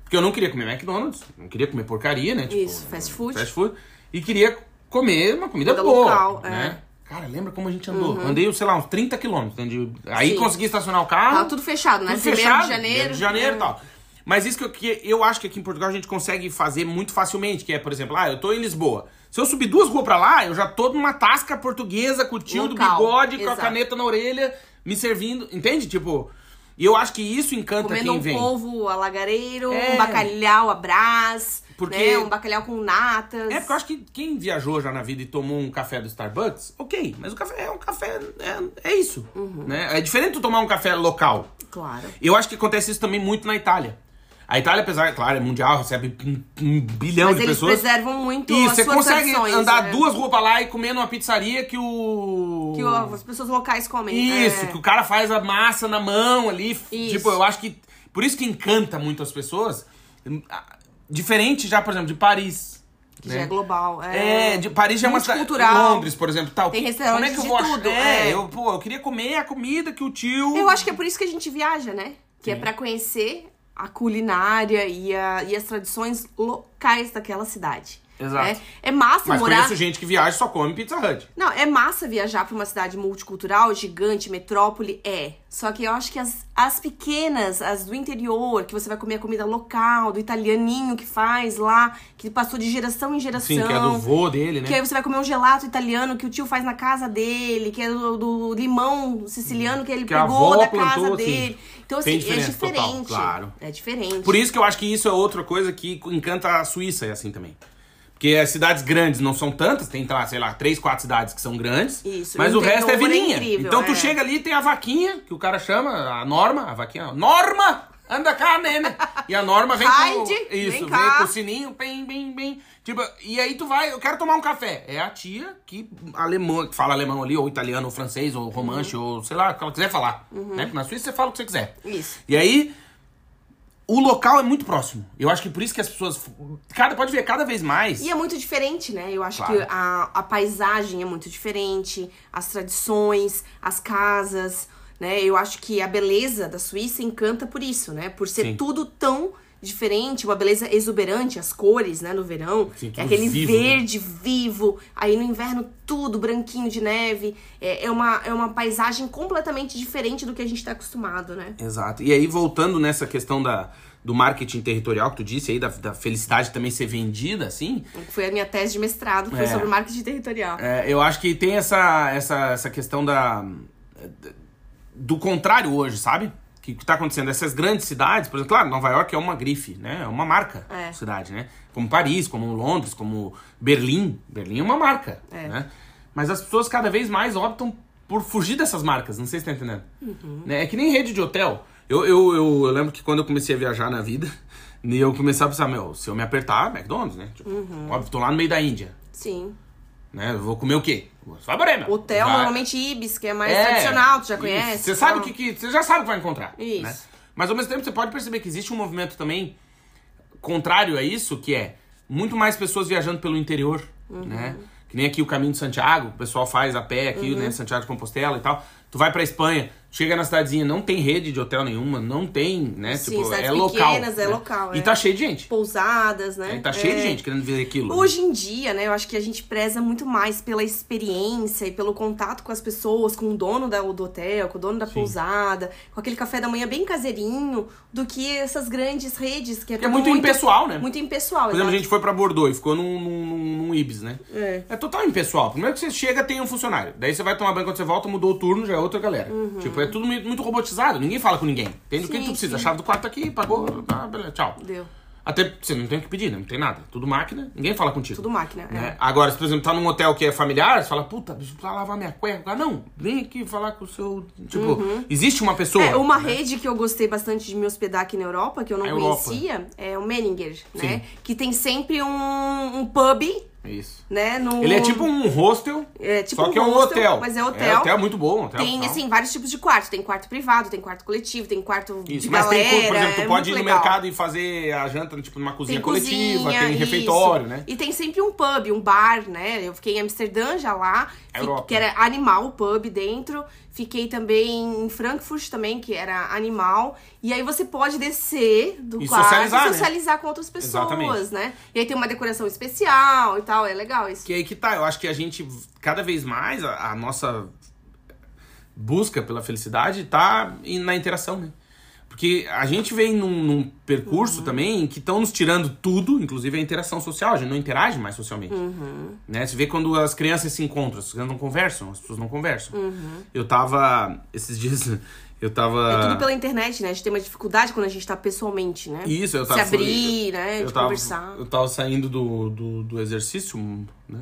A: Porque eu não queria comer McDonald's, não queria comer porcaria, né? Tipo,
C: Isso, fast food.
A: Fast food. E queria comer uma comida
C: Comida
A: boa.
C: local, é. Uhum.
A: né? Cara, lembra como a gente andou? Andei, sei lá, uns 30 quilômetros. entendeu? Aí
C: Sim.
A: consegui estacionar o carro.
C: Tava tudo fechado, né?
A: Tudo
C: Primeiro
A: fechado,
C: de janeiro.
A: primeiro de janeiro e
C: é.
A: tal. Mas isso que eu, que eu acho que aqui em Portugal a gente consegue fazer muito facilmente, que é, por exemplo, ah, eu tô em Lisboa. Se eu subir duas ruas pra lá, eu já tô numa tasca portuguesa, com o tio do
C: Local,
A: bigode, com a
C: exato.
A: caneta na orelha, me servindo, entende? Tipo, e eu acho que isso encanta
C: Comendo
A: quem
C: um
A: vem.
C: polvo alagareiro,
A: É.
C: um bacalhau à brás,
A: Porque-
C: né? Um bacalhau com natas.
A: É, porque eu acho que quem viajou já na vida e tomou um café do Starbucks, ok, mas o café é um café, é, é isso,
C: Uhum.
A: né? É diferente tu tomar um café local.
C: Claro.
A: Eu acho que um acontece isso também muito na Itália. A Itália, apesar, claro, é mundial, recebe um, um bilhão
C: Mas
A: de
C: eles
A: pessoas.
C: preservam muito
A: E
C: as
A: você
C: suas
A: consegue
C: tradições,
A: andar
C: né?
A: duas ruas pra lá e comer numa pizzaria que o.
C: Que o- as pessoas locais comem.
A: Isso,
C: é.
A: que o cara faz a massa na mão ali.
C: Isso.
A: Tipo, eu acho que. Por isso que encanta muito as pessoas. hum, Diferente já, por exemplo, de Paris.
C: Que
A: né?
C: já é global. É,
A: É, de Paris já é uma cidade.
C: Multicultural.
A: Londres, por exemplo, tal.
C: Tem
A: Como é que eu
C: restaurante
A: vou
C: de
A: achar-
C: tudo,
A: É,
C: é.
A: Eu, pô, eu queria comer a comida que o tio.
C: Eu acho que é por isso que a gente viaja, né? Que é pra conhecer a culinária e, a- e as tradições locais daquela cidade.
A: Exato.
C: né? É massa
A: Mas
C: morar.
A: conheço gente que viaja e só come Pizza Hut.
C: Não, é massa viajar pra uma cidade multicultural, gigante, metrópole, é. Só que eu acho que as, as pequenas, as do interior, que você vai comer a comida local, do italianinho que faz lá, que passou de geração em geração.
A: Sim, que é do vô dele, né?
C: Que aí você vai comer um gelato italiano que o tio faz na casa dele, que é do, do limão siciliano que ele
A: Que a
C: pegou
A: avó
C: da
A: plantou,
C: casa
A: assim.
C: dele. Então, assim,
A: Tem
C: é
A: diferença total,
C: diferente.
A: claro.
C: É diferente.
A: Por isso que eu acho que isso é outra coisa que encanta a Suíça, é assim também. Porque as cidades grandes não são tantas, tem, tá lá, sei lá, três, quatro cidades que são grandes,
C: Isso,
A: mas
C: e
A: o
C: o
A: resto é
C: interior é
A: vilinha.
C: incrível,
A: então tu
C: é.
A: chega ali e tem a vaquinha, que o cara chama, a Norma, a vaquinha, ó, Norma, anda cá, nene. E a Norma vem
C: Heidi,
A: com, isso,
C: vem
A: vem,
C: cá.
A: com o sininho, bem, bem, bem. Tipo, e aí tu vai, eu quero tomar um café. É a tia que alemã, que fala alemão ali, ou italiano, ou francês, ou romanche,
C: Uhum.
A: ou sei lá, o que ela quiser falar. né? Porque Na Suíça você fala o que você quiser.
C: Isso.
A: E aí, o local é muito próximo. Eu acho que por isso que as pessoas. f- Cada, pode ver, cada vez mais.
C: E é muito diferente, né? Eu acho
A: Claro.
C: que a, a paisagem é muito diferente, as tradições, as casas, né? Eu acho que a beleza da Suíça encanta por isso, né? Por ser
A: Sim.
C: tudo tão diferente, uma beleza exuberante, as cores, né, no verão.
A: Sim, tudo
C: é aquele
A: vivo, né?
C: verde vivo, aí no inverno tudo branquinho de neve. É, é uma, é uma paisagem completamente diferente do que a gente tá acostumado, né?
A: Exato. E aí, voltando nessa questão da, do marketing territorial que tu disse aí, da, da felicidade também ser vendida, assim,
C: Foi a minha tese de mestrado, foi
A: É.
C: sobre marketing territorial.
A: É, eu acho que tem essa, essa, essa questão da. do contrário hoje, sabe? Que que tá acontecendo? Essas grandes cidades, por exemplo, claro, Nova York é uma grife, né? É uma marca
C: É.
A: cidade, né? Como Paris, como Londres, como Berlim. Berlim é uma marca, né? Mas as pessoas cada vez mais optam por fugir dessas marcas, não sei se tá entendendo. Né? É que nem rede de hotel. Eu, eu, eu, eu lembro que quando eu comecei a viajar na vida, e eu comecei a pensar, meu, se eu me apertar, McDonald's, né? Tipo, Óbvio, tô lá no meio da Índia
C: Sim.
A: né? Eu vou comer o quê? Só Borema.
C: Hotel,
A: Vai.
C: normalmente Ibis, que é mais
A: É,
C: tradicional, tu já
A: isso.
C: conhece.
A: Você
C: e
A: sabe
C: tal.
A: o que, que. Você já sabe o que vai encontrar.
C: Isso.
A: né? Mas ao mesmo tempo você pode perceber que existe um movimento também contrário a isso, que é muito mais pessoas viajando pelo interior,
C: Uhum.
A: né? Que nem aqui o caminho de Santiago, o pessoal faz a pé aqui,
C: Uhum.
A: né? Santiago de Compostela e tal. Tu vai pra Espanha, chega na cidadezinha, não tem rede de hotel nenhuma, não tem, né?
C: Sim,
A: tipo,
C: cidades
A: é local.
C: pequenas, é
A: né?
C: local,
A: E
C: é.
A: tá cheio de gente.
C: Pousadas, né?
A: Tá cheio de
C: É.
A: gente querendo ver aquilo.
C: Hoje em dia, né, eu acho que a gente preza muito mais pela experiência e pelo contato com as pessoas, com o dono da, do hotel, com o dono da pousada, com aquele café da manhã bem caseirinho, do que essas grandes redes que é,
A: Porque é
C: tudo
A: muito, impessoal, né?
C: Muito impessoal,
A: Por exemplo, a
C: exato.
A: gente foi pra Bordeaux e ficou num, num, num- num Ibis, né?
C: É.
A: total impessoal. Primeiro que você chega, tem um funcionário. Daí você vai tomar banho quando você volta, mudou o turno, já é outra galera. Tipo, é tudo muito muito robotizado. Ninguém fala com ninguém. Entende o que
C: Uhum.
A: tu
C: Sim,
A: precisa?
C: sim.
A: A chave do quarto tá aqui, pagou, tá, beleza, tchau.
C: Deu.
A: Até você não tem o que pedir, né? Não tem nada. Tudo máquina, ninguém fala contigo.
C: Tudo máquina, é.
A: Né? Agora, se por exemplo, tá num hotel que é familiar, você fala, puta, bicho, precisa lavar minha cueca. Ah, não, vem aqui falar com o seu. Tipo, existe uma pessoa.
C: Uhum. É, uma rede que eu gostei bastante de me hospedar aqui na Europa, que eu não
A: né? A Europa.
C: conhecia, é o Menninger, né?
A: Sim.
C: Que tem sempre um, um pub,
A: Isso.
C: né? No...
A: Ele é tipo um hostel.
C: É, tipo
A: só
C: um
A: que é um
C: hostel,
A: hotel.
C: mas é
A: É
C: hotel.
A: hotel muito bom. Hotel,
C: Tem,
A: tal.
C: assim, vários tipos de quarto. Tem quarto privado, tem quarto coletivo, tem quarto de
A: Isso, mas
C: galera.
A: tem, co- por exemplo, tu
C: é
A: pode ir
C: muito
A: no
C: legal.
A: mercado e fazer a janta, tipo, numa cozinha
C: Tem
A: coletiva,
C: cozinha,
A: tem
C: isso.
A: refeitório, né?
C: E tem sempre um pub, um bar, né? Eu fiquei em Amsterdã já lá, fi-
A: É Europa.
C: que era animal o pub dentro. Fiquei também em Frankfurt também, que era animal. E aí você pode descer do
A: E
C: quarto
A: socializar, né?
C: e socializar com outras pessoas,
A: Exatamente.
C: né? E aí tem uma decoração especial e tal, é legal isso.
A: Que aí que tá, eu acho que a gente, cada vez mais, a, a nossa busca pela felicidade tá em- na interação, né? Porque a gente vem num, num percurso
C: Uhum.
A: também que estão nos tirando tudo, inclusive a interação social, a gente não interage mais socialmente.
C: Uhum.
A: Né? Você vê quando as crianças se encontram, as crianças não conversam, as pessoas não conversam. Eu tava, esses dias, eu tava...
C: Uhum. É tudo pela internet, né? A gente tem uma dificuldade quando a gente tá pessoalmente, né?
A: Isso, eu
C: Se
A: tava...
C: abrir, né?
A: eu
C: de
A: tava,
C: conversar.
A: Eu tava saindo do, do, do exercício, né?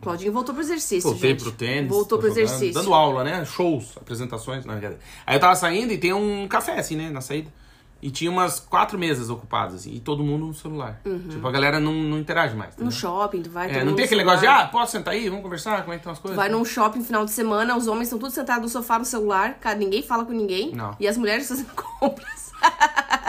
C: Claudinho voltou pro exercício,
A: Voltei
C: gente.
A: pro tênis.
C: Voltou
A: tô
C: pro
A: jogando,
C: exercício.
A: Dando aula, né? Shows, apresentações. Não, brincadeira. Aí eu tava saindo e tem um café, assim, né? Na saída. E tinha umas quatro mesas ocupadas, assim. E todo mundo no celular. Tipo, a galera não, não interage mais.
C: Uhum. No
A: entendeu?
C: shopping, tu vai...
A: É,
C: todo
A: não
C: mundo
A: tem aquele
C: celular.
A: negócio de, ah, posso sentar aí? Vamos conversar? Como é que estão as coisas?
C: Vai num shopping final de semana, os homens estão todos sentados no sofá no celular, cara, ninguém fala com ninguém.
A: Não.
C: E as mulheres fazendo compras.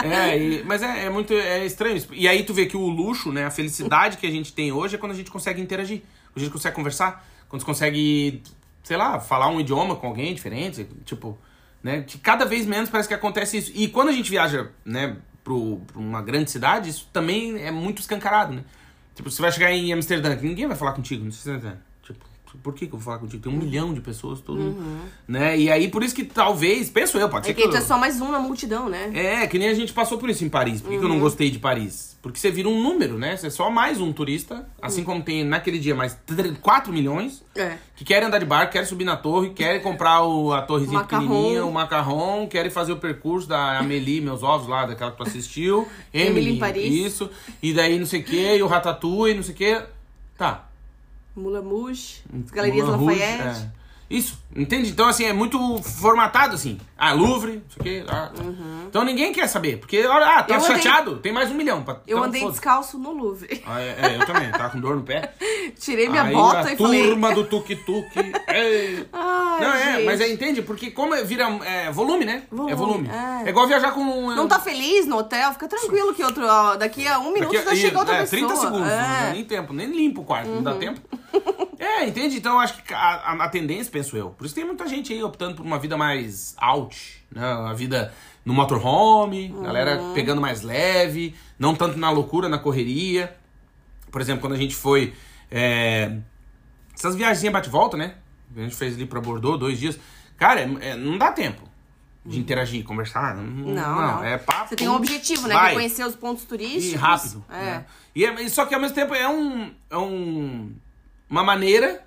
A: É, e- mas é, é muito é estranho isso. E aí tu vê que o luxo, né, a felicidade que a gente tem hoje é quando a gente consegue interagir, quando a gente consegue conversar, quando você consegue, sei lá, falar um idioma com alguém diferente, tipo, né, que cada vez menos parece que acontece isso. E quando a gente viaja, né, pro, pra uma grande cidade, isso também é muito escancarado, né? Tipo, você vai chegar em Amsterdã, que ninguém vai falar contigo, não sei se você tá entendendo. Tipo, por que, que eu vou falar contigo? Tem um milhão de pessoas, todo mundo, né? E aí, por isso que talvez, penso eu, pode ser
C: Uhum.
A: que...
C: É que tu é
A: eu-
C: só mais um na multidão, né? Uhum.
A: é, que nem a gente passou por isso em Paris. Por que, que eu não gostei de Paris? Porque você vira um número, né? Você é só mais um turista. Assim como tem naquele dia mais 4 milhões
C: Uhum. É.
A: que querem andar de barco, querem subir na torre, querem comprar o- a torrezinha
C: Macarrão.
A: pequenininha, o macarrão, querem fazer o percurso da Amélie, meus ovos lá, daquela que tu assistiu. Emily,
C: Emily em Paris.
A: Isso. E daí não sei o quê, e o Ratatouille, não sei o quê. Tá.
C: Mula Mouche, as galerias
A: Moulin Rouge,
C: Lafayette.
A: é. Isso, entende? Então, assim, é muito formatado, assim. Ah, Louvre, isso aqui. Ah, tá. Então ninguém quer saber, porque, olha, ah, tá
C: Uhum. Eu andei-
A: chateado, tem mais um milhão. Pra...
C: Eu
A: então,
C: andei
A: foda-se.
C: descalço no Louvre.
A: Ah, é, é, eu também, tava com dor no pé.
C: Tirei minha
A: Aí
C: bota
A: a
C: e falei.
A: turma do tuk-tuk. ei.
C: Ai,
A: Não, é,
C: gente.
A: mas é, entende? Porque como é- vira é, volume, né?
C: Volume,
A: é volume.
C: é.
A: É. igual viajar com um...
C: Não tá feliz no hotel? Fica tranquilo que outro, ó, daqui a um minuto
A: Daqui-
C: já chega
A: e-
C: outra
A: é,
C: pessoa.
A: 30 segundos, não dá
C: É. Uhum.
A: nem tempo, nem limpo o quarto, não dá tempo. É, entende? Então acho que a, a- a tendência, penso eu. Por isso tem muita gente aí optando por uma vida mais out, né? Uma vida no motorhome,
C: Uhum.
A: galera pegando mais leve, não tanto na loucura, na correria. Por exemplo, quando a gente foi. é, essas viagens bate-volta, né? A gente fez ali pra Bordeaux dois dias. Cara, é- é, não dá tempo de interagir, conversar. Não,
C: Uhum. Não, não.
A: É papo.
C: Você tem um objetivo, né? Que é
A: vai
C: conhecer os pontos turísticos.
A: e rápido.
C: É.
A: né? E é- e só que ao mesmo tempo é um, é um uma maneira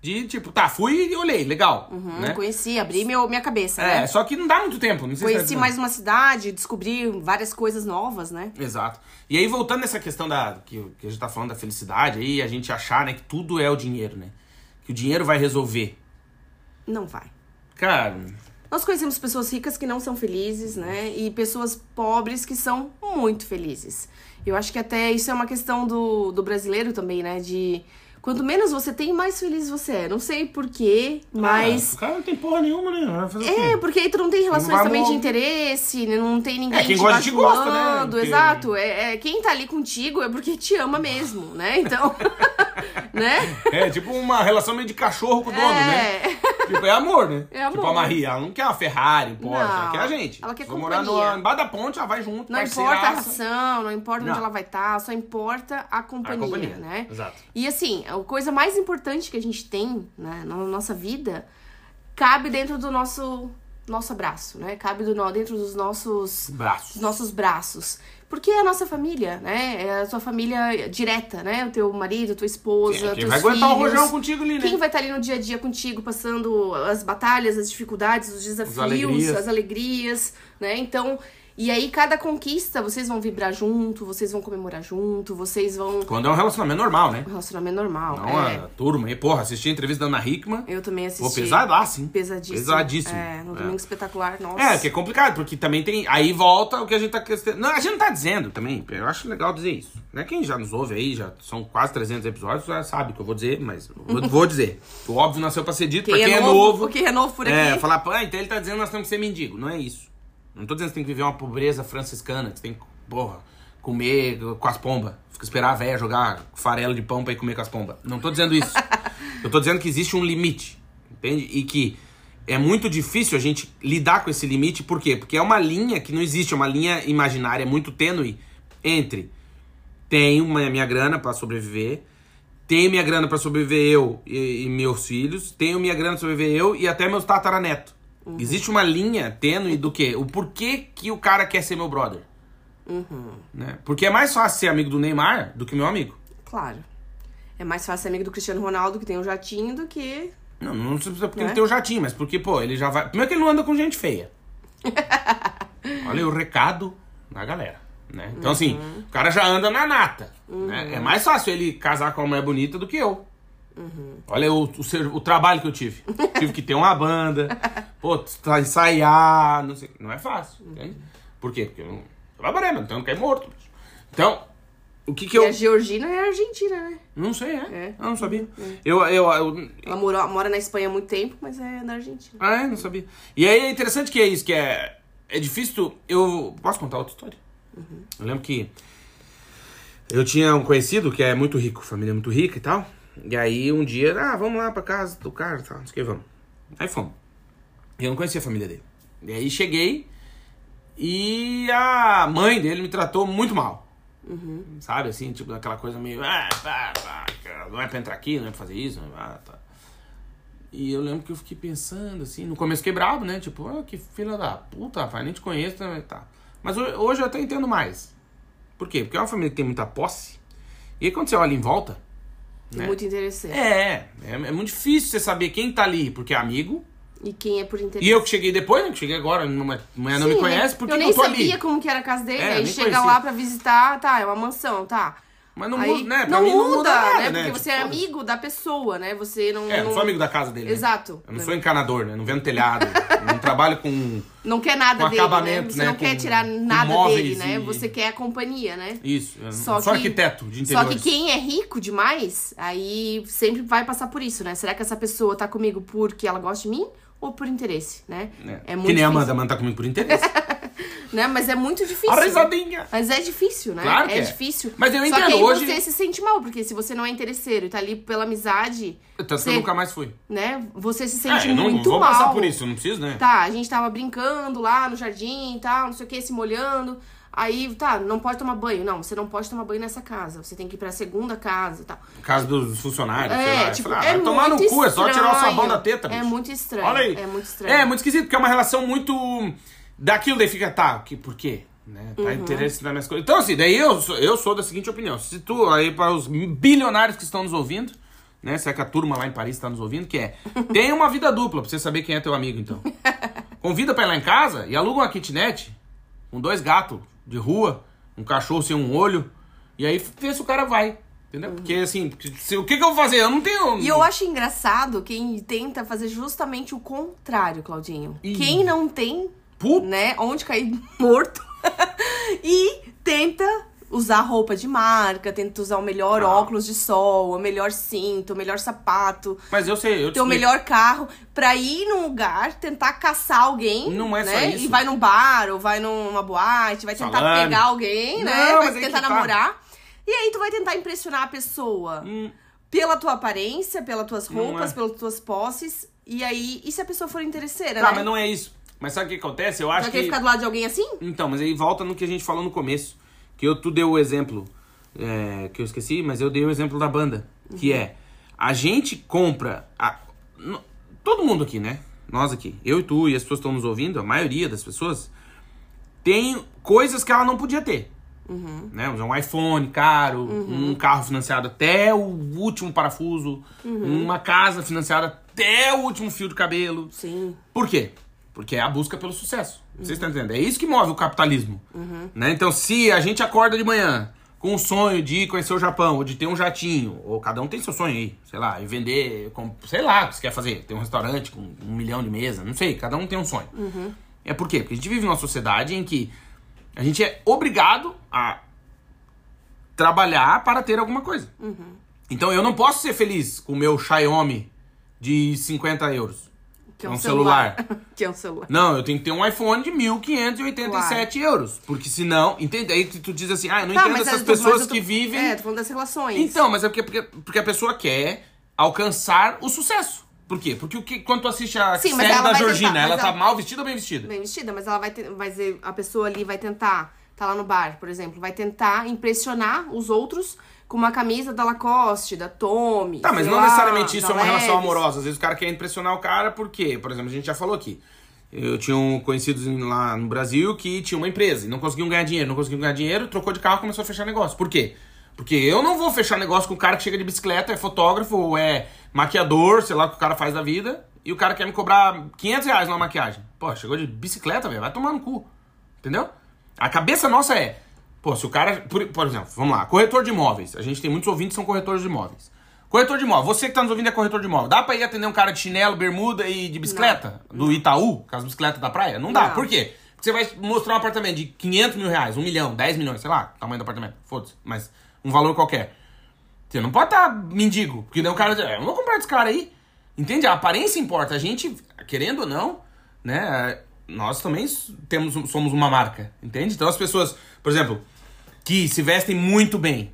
A: de tipo, tá, fui e olhei, legal,
C: Hum,
A: né?
C: Conheci, abri meu, minha cabeça, né?
A: É, só que não dá muito tempo, não sei se
C: Conheci
A: é-
C: mais uma cidade, descobri várias coisas novas, né?
A: Exato. E aí voltando nessa questão da que, que a gente tá falando da felicidade, aí a gente achar, né, que tudo é o dinheiro, né? Que o dinheiro vai resolver.
C: Não vai.
A: Cara,
C: Nós conhecemos pessoas ricas que não são felizes, né? E pessoas pobres que são muito felizes. Eu acho que até isso é uma questão do, do brasileiro também, né? De quanto menos você tem, mais feliz você é. Não sei porquê, mas.
A: ah, o cara não tem porra nenhuma, né? Vai fazer o quê?
C: É, porque aí tu não tem relações
A: vai
C: também de
A: mo-
C: interesse, né? não tem ninguém
A: É, quem
C: te
A: gosta de gosta, né?
C: bajulando,
A: Porque-
C: Exato. É, é, quem tá ali contigo é porque te ama mesmo, né? Então. né?
A: É, tipo uma relação meio de cachorro com o dono, né?
C: é.
A: Tipo, é amor, né?
C: É amor.
A: Tipo, a Maria, ela não quer uma Ferrari, um Porsche,
C: Não.
A: ela quer a gente.
C: Ela quer
A: Vou morar
C: companhia.
A: no, embaixo da ponte, ela vai junto,
C: Não
A: parceiraça.
C: importa a ração, não importa onde
A: Não.
C: ela vai estar, só importa a companhia,
A: companhia,
C: né?
A: exato.
C: E assim, a coisa mais importante que a gente tem né, na nossa vida cabe dentro do nosso nosso abraço, né? Cabe do, no- dentro dos nossos dos
A: Braços.
C: nossos braços. Porque é a nossa família, né? É a sua família direta, né? O teu marido, tua esposa,
A: Quem
C: teus
A: vai aguentar o
C: filhos.
A: rojão contigo ali, né?
C: Quem vai estar ali no dia a dia contigo, passando as batalhas, as dificuldades, os desafios,
A: alegrias.
C: as alegrias, né? Então, E aí, cada conquista, vocês vão vibrar junto, vocês vão comemorar junto, vocês vão.
A: Quando é um relacionamento normal, né?
C: Um relacionamento normal.
A: Não
C: é.
A: a turma. E, porra, assisti a entrevista da Ana Hickman.
C: Eu também assisti.
A: Pô, pesadaço, hein?
C: Pesadíssimo.
A: Pesadíssimo.
C: É, no
A: É.
C: Domingo Espetacular, nossa.
A: É, que é complicado, porque também tem. Aí volta o que a gente tá. questio- Não, a gente não tá dizendo também. Eu acho legal dizer isso. Né? Quem já nos ouve aí, já são quase 300 episódios, já sabe o que eu vou dizer, mas eu vou, vou dizer. O óbvio nasceu pra ser dito,
C: Quem
A: pra quem
C: é
A: é
C: novo-
A: novo.
C: quem é novo por
A: É,
C: aqui.
A: falar, pô, ah, então ele tá dizendo que nós temos que ser mendigo. Não é isso. Não tô dizendo que você tem que viver uma pobreza franciscana, que você tem que, porra, comer com as pombas. Fica esperar a véia jogar farelo de pão pra ir comer com as pombas. Não tô dizendo isso. Eu tô dizendo que existe um limite, entende? E que é muito difícil a gente lidar com esse limite, por quê? Porque é uma linha que não existe, é uma linha imaginária muito tênue entre tenho uma- minha grana pra sobreviver, tenho minha grana pra sobreviver eu e, e meus filhos, tenho minha grana pra sobreviver eu e até meus tataraneto. Existe uma linha tênue do quê? O porquê que o cara quer ser meu brother. Né? Porque é mais fácil ser amigo do Neymar do que meu amigo.
C: Claro. É mais fácil ser amigo do Cristiano Ronaldo, que tem um jatinho, do que.
A: Não, não precisa porque
C: Né?
A: ele tem o jatinho, mas porque, pô, ele já vai. Primeiro que ele não anda com gente feia. Olha aí o recado na galera. Né? Então, assim,
C: Uhum.
A: o cara já anda na nata. Né? É mais fácil ele casar com uma mulher bonita do que eu.
C: Uhum.
A: Olha aí o, o, ser- o trabalho que eu tive. tive que ter uma banda, pô, tra- ensaiar, não sei. o quê. Não é fácil.
C: Uhum.
A: entende? Por quê? Porque eu não. Trabalhei, mas então eu não caí morto. bicho. Então, o que que
C: E
A: eu.
C: a Georgina é argentina, né?
A: Não sei, é?
C: É.
A: Eu não sabia. Eu, eu, eu,
C: Ela morou, mora na Espanha há muito tempo, mas é na Argentina.
A: Ah, é? Não sabia. E aí é interessante que é isso, que é... É difícil tu... Eu... Posso contar outra história? Eu lembro que... Eu tinha um conhecido que é muito rico, família muito rica e tal. E aí um dia, ah, vamos lá pra casa do cara e tal, não sei o que, vamos. Aí fomos. E eu não conhecia a família dele. E aí cheguei e a mãe dele me tratou muito mal. Sabe, assim, tipo, aquela coisa meio... Ah, pá, pá, não é pra entrar aqui, não é pra fazer isso, não é pra... ah, tá." E eu lembro que eu fiquei pensando, assim, no começo fiquei brabo, né? Tipo, ah, que filha da puta, rapaz, nem te conheço, né? Tá. Mas ho- hoje eu até entendo mais. Por quê? Porque é uma família que tem muita posse. E aí quando você olha em volta, Né?
C: Muito interessante.
A: é, é, é muito difícil você saber quem tá ali, porque é amigo.
C: E quem é por interesse.
A: E eu que cheguei depois, né? Que cheguei agora, não, amanhã não me
C: Sim,
A: conhece, porque
C: eu
A: eu,
C: nem
A: tô
C: sabia
A: ali.
C: como que era a casa dele.
A: É, eu
C: aí
A: nem
C: chega
A: conhecia.
C: lá pra visitar, tá, é uma mansão, tá.
A: Mas não
C: Aí-
A: muda, né? Pra
C: não
A: mim
C: muda,
A: não muda nada, né?
C: né? Porque
A: Tipo,
C: você é
A: foda-se.
C: amigo da pessoa, né? Você não.
A: É, eu não sou amigo da casa dele. né?
C: Exato.
A: Eu não sou encanador, né? Não vendo telhado. não trabalho com
C: Não quer nada
A: Com
C: dele, né?
A: acabamento,
C: Você
A: né?
C: não quer
A: Com-
C: tirar
A: com
C: nada
A: móveis
C: dele, né?
A: e-
C: Você quer a companhia, né?
A: isso. eu não
C: Só
A: sou
C: que-
A: arquiteto de
C: Só
A: interiores.
C: que quem é rico demais, aí sempre vai passar por isso, né? Será que essa pessoa tá comigo porque ela gosta de mim ou por interesse, né?
A: É. que nem a Amanda, a Amanda tá comigo por interesse.
C: difícil, né? Mas é muito É difícil.
A: a risadinha!
C: Mas é difícil, né?
A: Claro que é.
C: difícil.
A: Mas eu
C: Só
A: entendo,
C: que aí
A: hoje-
C: você se sente mal, porque se você não é interesseiro e tá ali pela amizade,
A: Tanto que eu
C: Sim.
A: nunca mais fui. Ah,
C: né? Você se sente
A: eu não
C: muito
A: vou
C: mal.
A: passar por isso, eu não preciso, né?
C: Tá, a gente tava brincando lá no jardim e tal, não sei o que, se molhando. Aí, tá, não pode tomar banho. Não, você não pode tomar banho nessa casa. Você tem que ir pra segunda casa e tal.
A: No caso dos funcionários, sei lá.
C: É,
A: Eu
C: tipo,
A: falei, ah,
C: é
A: vai tomar no
C: muito
A: cu, é só tirar o
C: estranho.
A: sabão da teta,
C: É
A: bicho.
C: muito estranho,
A: Olha aí.
C: é muito estranho.
A: É, muito esquisito, porque é uma relação muito... Daquilo daí fica, tá, que, por quê? Né?
C: Uhum.
A: Tá interesse nas minhas coisas. Então, assim, daí eu sou, eu sou da seguinte opinião. Se tu, aí para os bilionários que estão nos ouvindo, né? Se é que a turma lá em Paris está nos ouvindo, que é... Tenha uma vida dupla, pra você saber quem é teu amigo, então. Convida pra ir lá em casa e aluga uma kitnet com dois gatos de rua, um cachorro sem um olho, e aí vê se o cara vai. Entendeu? Porque assim, se- o que, que eu vou fazer? Eu não tenho.
C: Uhum. E eu acho engraçado quem tenta fazer justamente o contrário, Claudinho.
A: Ih.
C: Quem não tem,
A: Puta.
C: né, onde cair morto e tenta usar roupa de marca, tenta usar o melhor
A: Ah.
C: óculos de sol, o melhor cinto, o melhor sapato,
A: Mas eu sei, eu te
C: teu
A: explico.
C: melhor carro pra ir num lugar, tentar caçar alguém.
A: Não é só
C: né?
A: isso.
C: E vai num bar, ou vai numa boate, vai tentar
A: Salame.
C: pegar alguém, né?
A: Não,
C: vai
A: mas aí
C: tentar
A: que tá.
C: namorar. E aí tu vai tentar impressionar a pessoa pela tua aparência, pelas tuas
A: Hum. Não
C: roupas,
A: é.
C: pelas tuas posses. E aí, e se a pessoa for interesseira,
A: Tá,
C: né?
A: mas não é isso. Mas sabe o que acontece? Eu
C: Tu
A: acho
C: vai
A: que.
C: querer ficar do lado de alguém assim?
A: Então, mas aí volta no que a gente falou no começo. Que eu, tu deu o exemplo é, que eu esqueci, mas eu dei o exemplo da banda. Que é, a gente compra... a- no- todo mundo aqui, né? Nós aqui. Eu e tu e as pessoas que estão nos ouvindo, a maioria das pessoas, tem coisas que ela não podia ter. Né? Um iPhone caro, um carro financiado até o último parafuso, uma casa financiada até o último fio de cabelo.
C: Sim.
A: Por quê? Porque é a busca pelo sucesso. Vocês estão entendendo? É isso que move o capitalismo. Né? Então, se a gente acorda de manhã com o sonho de ir conhecer o Japão, ou de ter um jatinho, ou cada um tem seu sonho aí, sei lá, e vender, com- sei lá, o que você quer fazer, ter um restaurante com um milhão de mesas, não sei, cada um tem um sonho. É por quê? Porque a gente vive numa sociedade em que a gente é obrigado a trabalhar para ter alguma coisa.
C: Uhum.
A: Então eu não posso ser feliz com o meu Xiaomi de 50 euros.
C: Que
A: É um celular.
C: que é um celular.
A: Não, eu tenho que ter um iPhone de 1.587 euros. Porque senão. Entende? Aí tu diz assim, ah, eu não
C: Tá,
A: entendo
C: mas
A: essas
C: eu tô- mas
A: pessoas
C: eu tô-
A: que vivem.
C: É, tô falando das relações.
A: Então, mas é porque, porque, porque a pessoa quer alcançar o sucesso. Por quê? Porque o que, quando tu assiste a
C: Sim, mas
A: série da
C: ela vai tentar,
A: Georgina,
C: mas
A: ela tá
C: ela-
A: mal vestida ou bem vestida?
C: bem vestida, mas ela vai ter, mas a pessoa ali vai tentar, tá lá no bar, por exemplo, vai tentar impressionar os outros com uma camisa da Lacoste, da Tommy.
A: Tá, mas
C: sei
A: não
C: lá,
A: necessariamente isso
C: da
A: é uma relação
C: Levi's.
A: amorosa. Às vezes o cara quer impressionar o cara porque, por exemplo, a gente já falou aqui. Eu tinha um conhecido lá no Brasil que tinha uma empresa e não conseguiam ganhar dinheiro, não conseguiam ganhar dinheiro, trocou de carro e começou a fechar negócio. Por quê? Porque eu não vou fechar negócio com o cara que chega de bicicleta, é fotógrafo, ou é maquiador, sei lá o que o cara faz da vida, e o cara quer me cobrar 500 reais numa maquiagem. Pô, chegou de bicicleta, velho, vai tomar no cu. Entendeu? A cabeça nossa é, pô, se o cara, por, por exemplo, vamos lá, corretor de imóveis. A gente tem muitos ouvintes que são corretores de imóveis. Corretor de imóvel, você que tá nos ouvindo é corretor de imóvel. Dá pra ir atender um cara de chinelo, bermuda e de bicicleta? Do Itaú, com as bicicletas da praia? Não dá.
C: Não.
A: Por quê? Porque você vai mostrar um apartamento de 500 mil reais, 1 milhão, 10 milhões, sei lá, tamanho do apartamento. Foda-se, mas um valor qualquer. Você não pode estar mendigo, porque daí o cara diz, "É, eu não vou comprar desse cara aí. Entende? A aparência importa. A gente, querendo ou não, né? Nós também s- temos, um- somos uma marca, entende? Então as pessoas, por exemplo, que se vestem muito bem.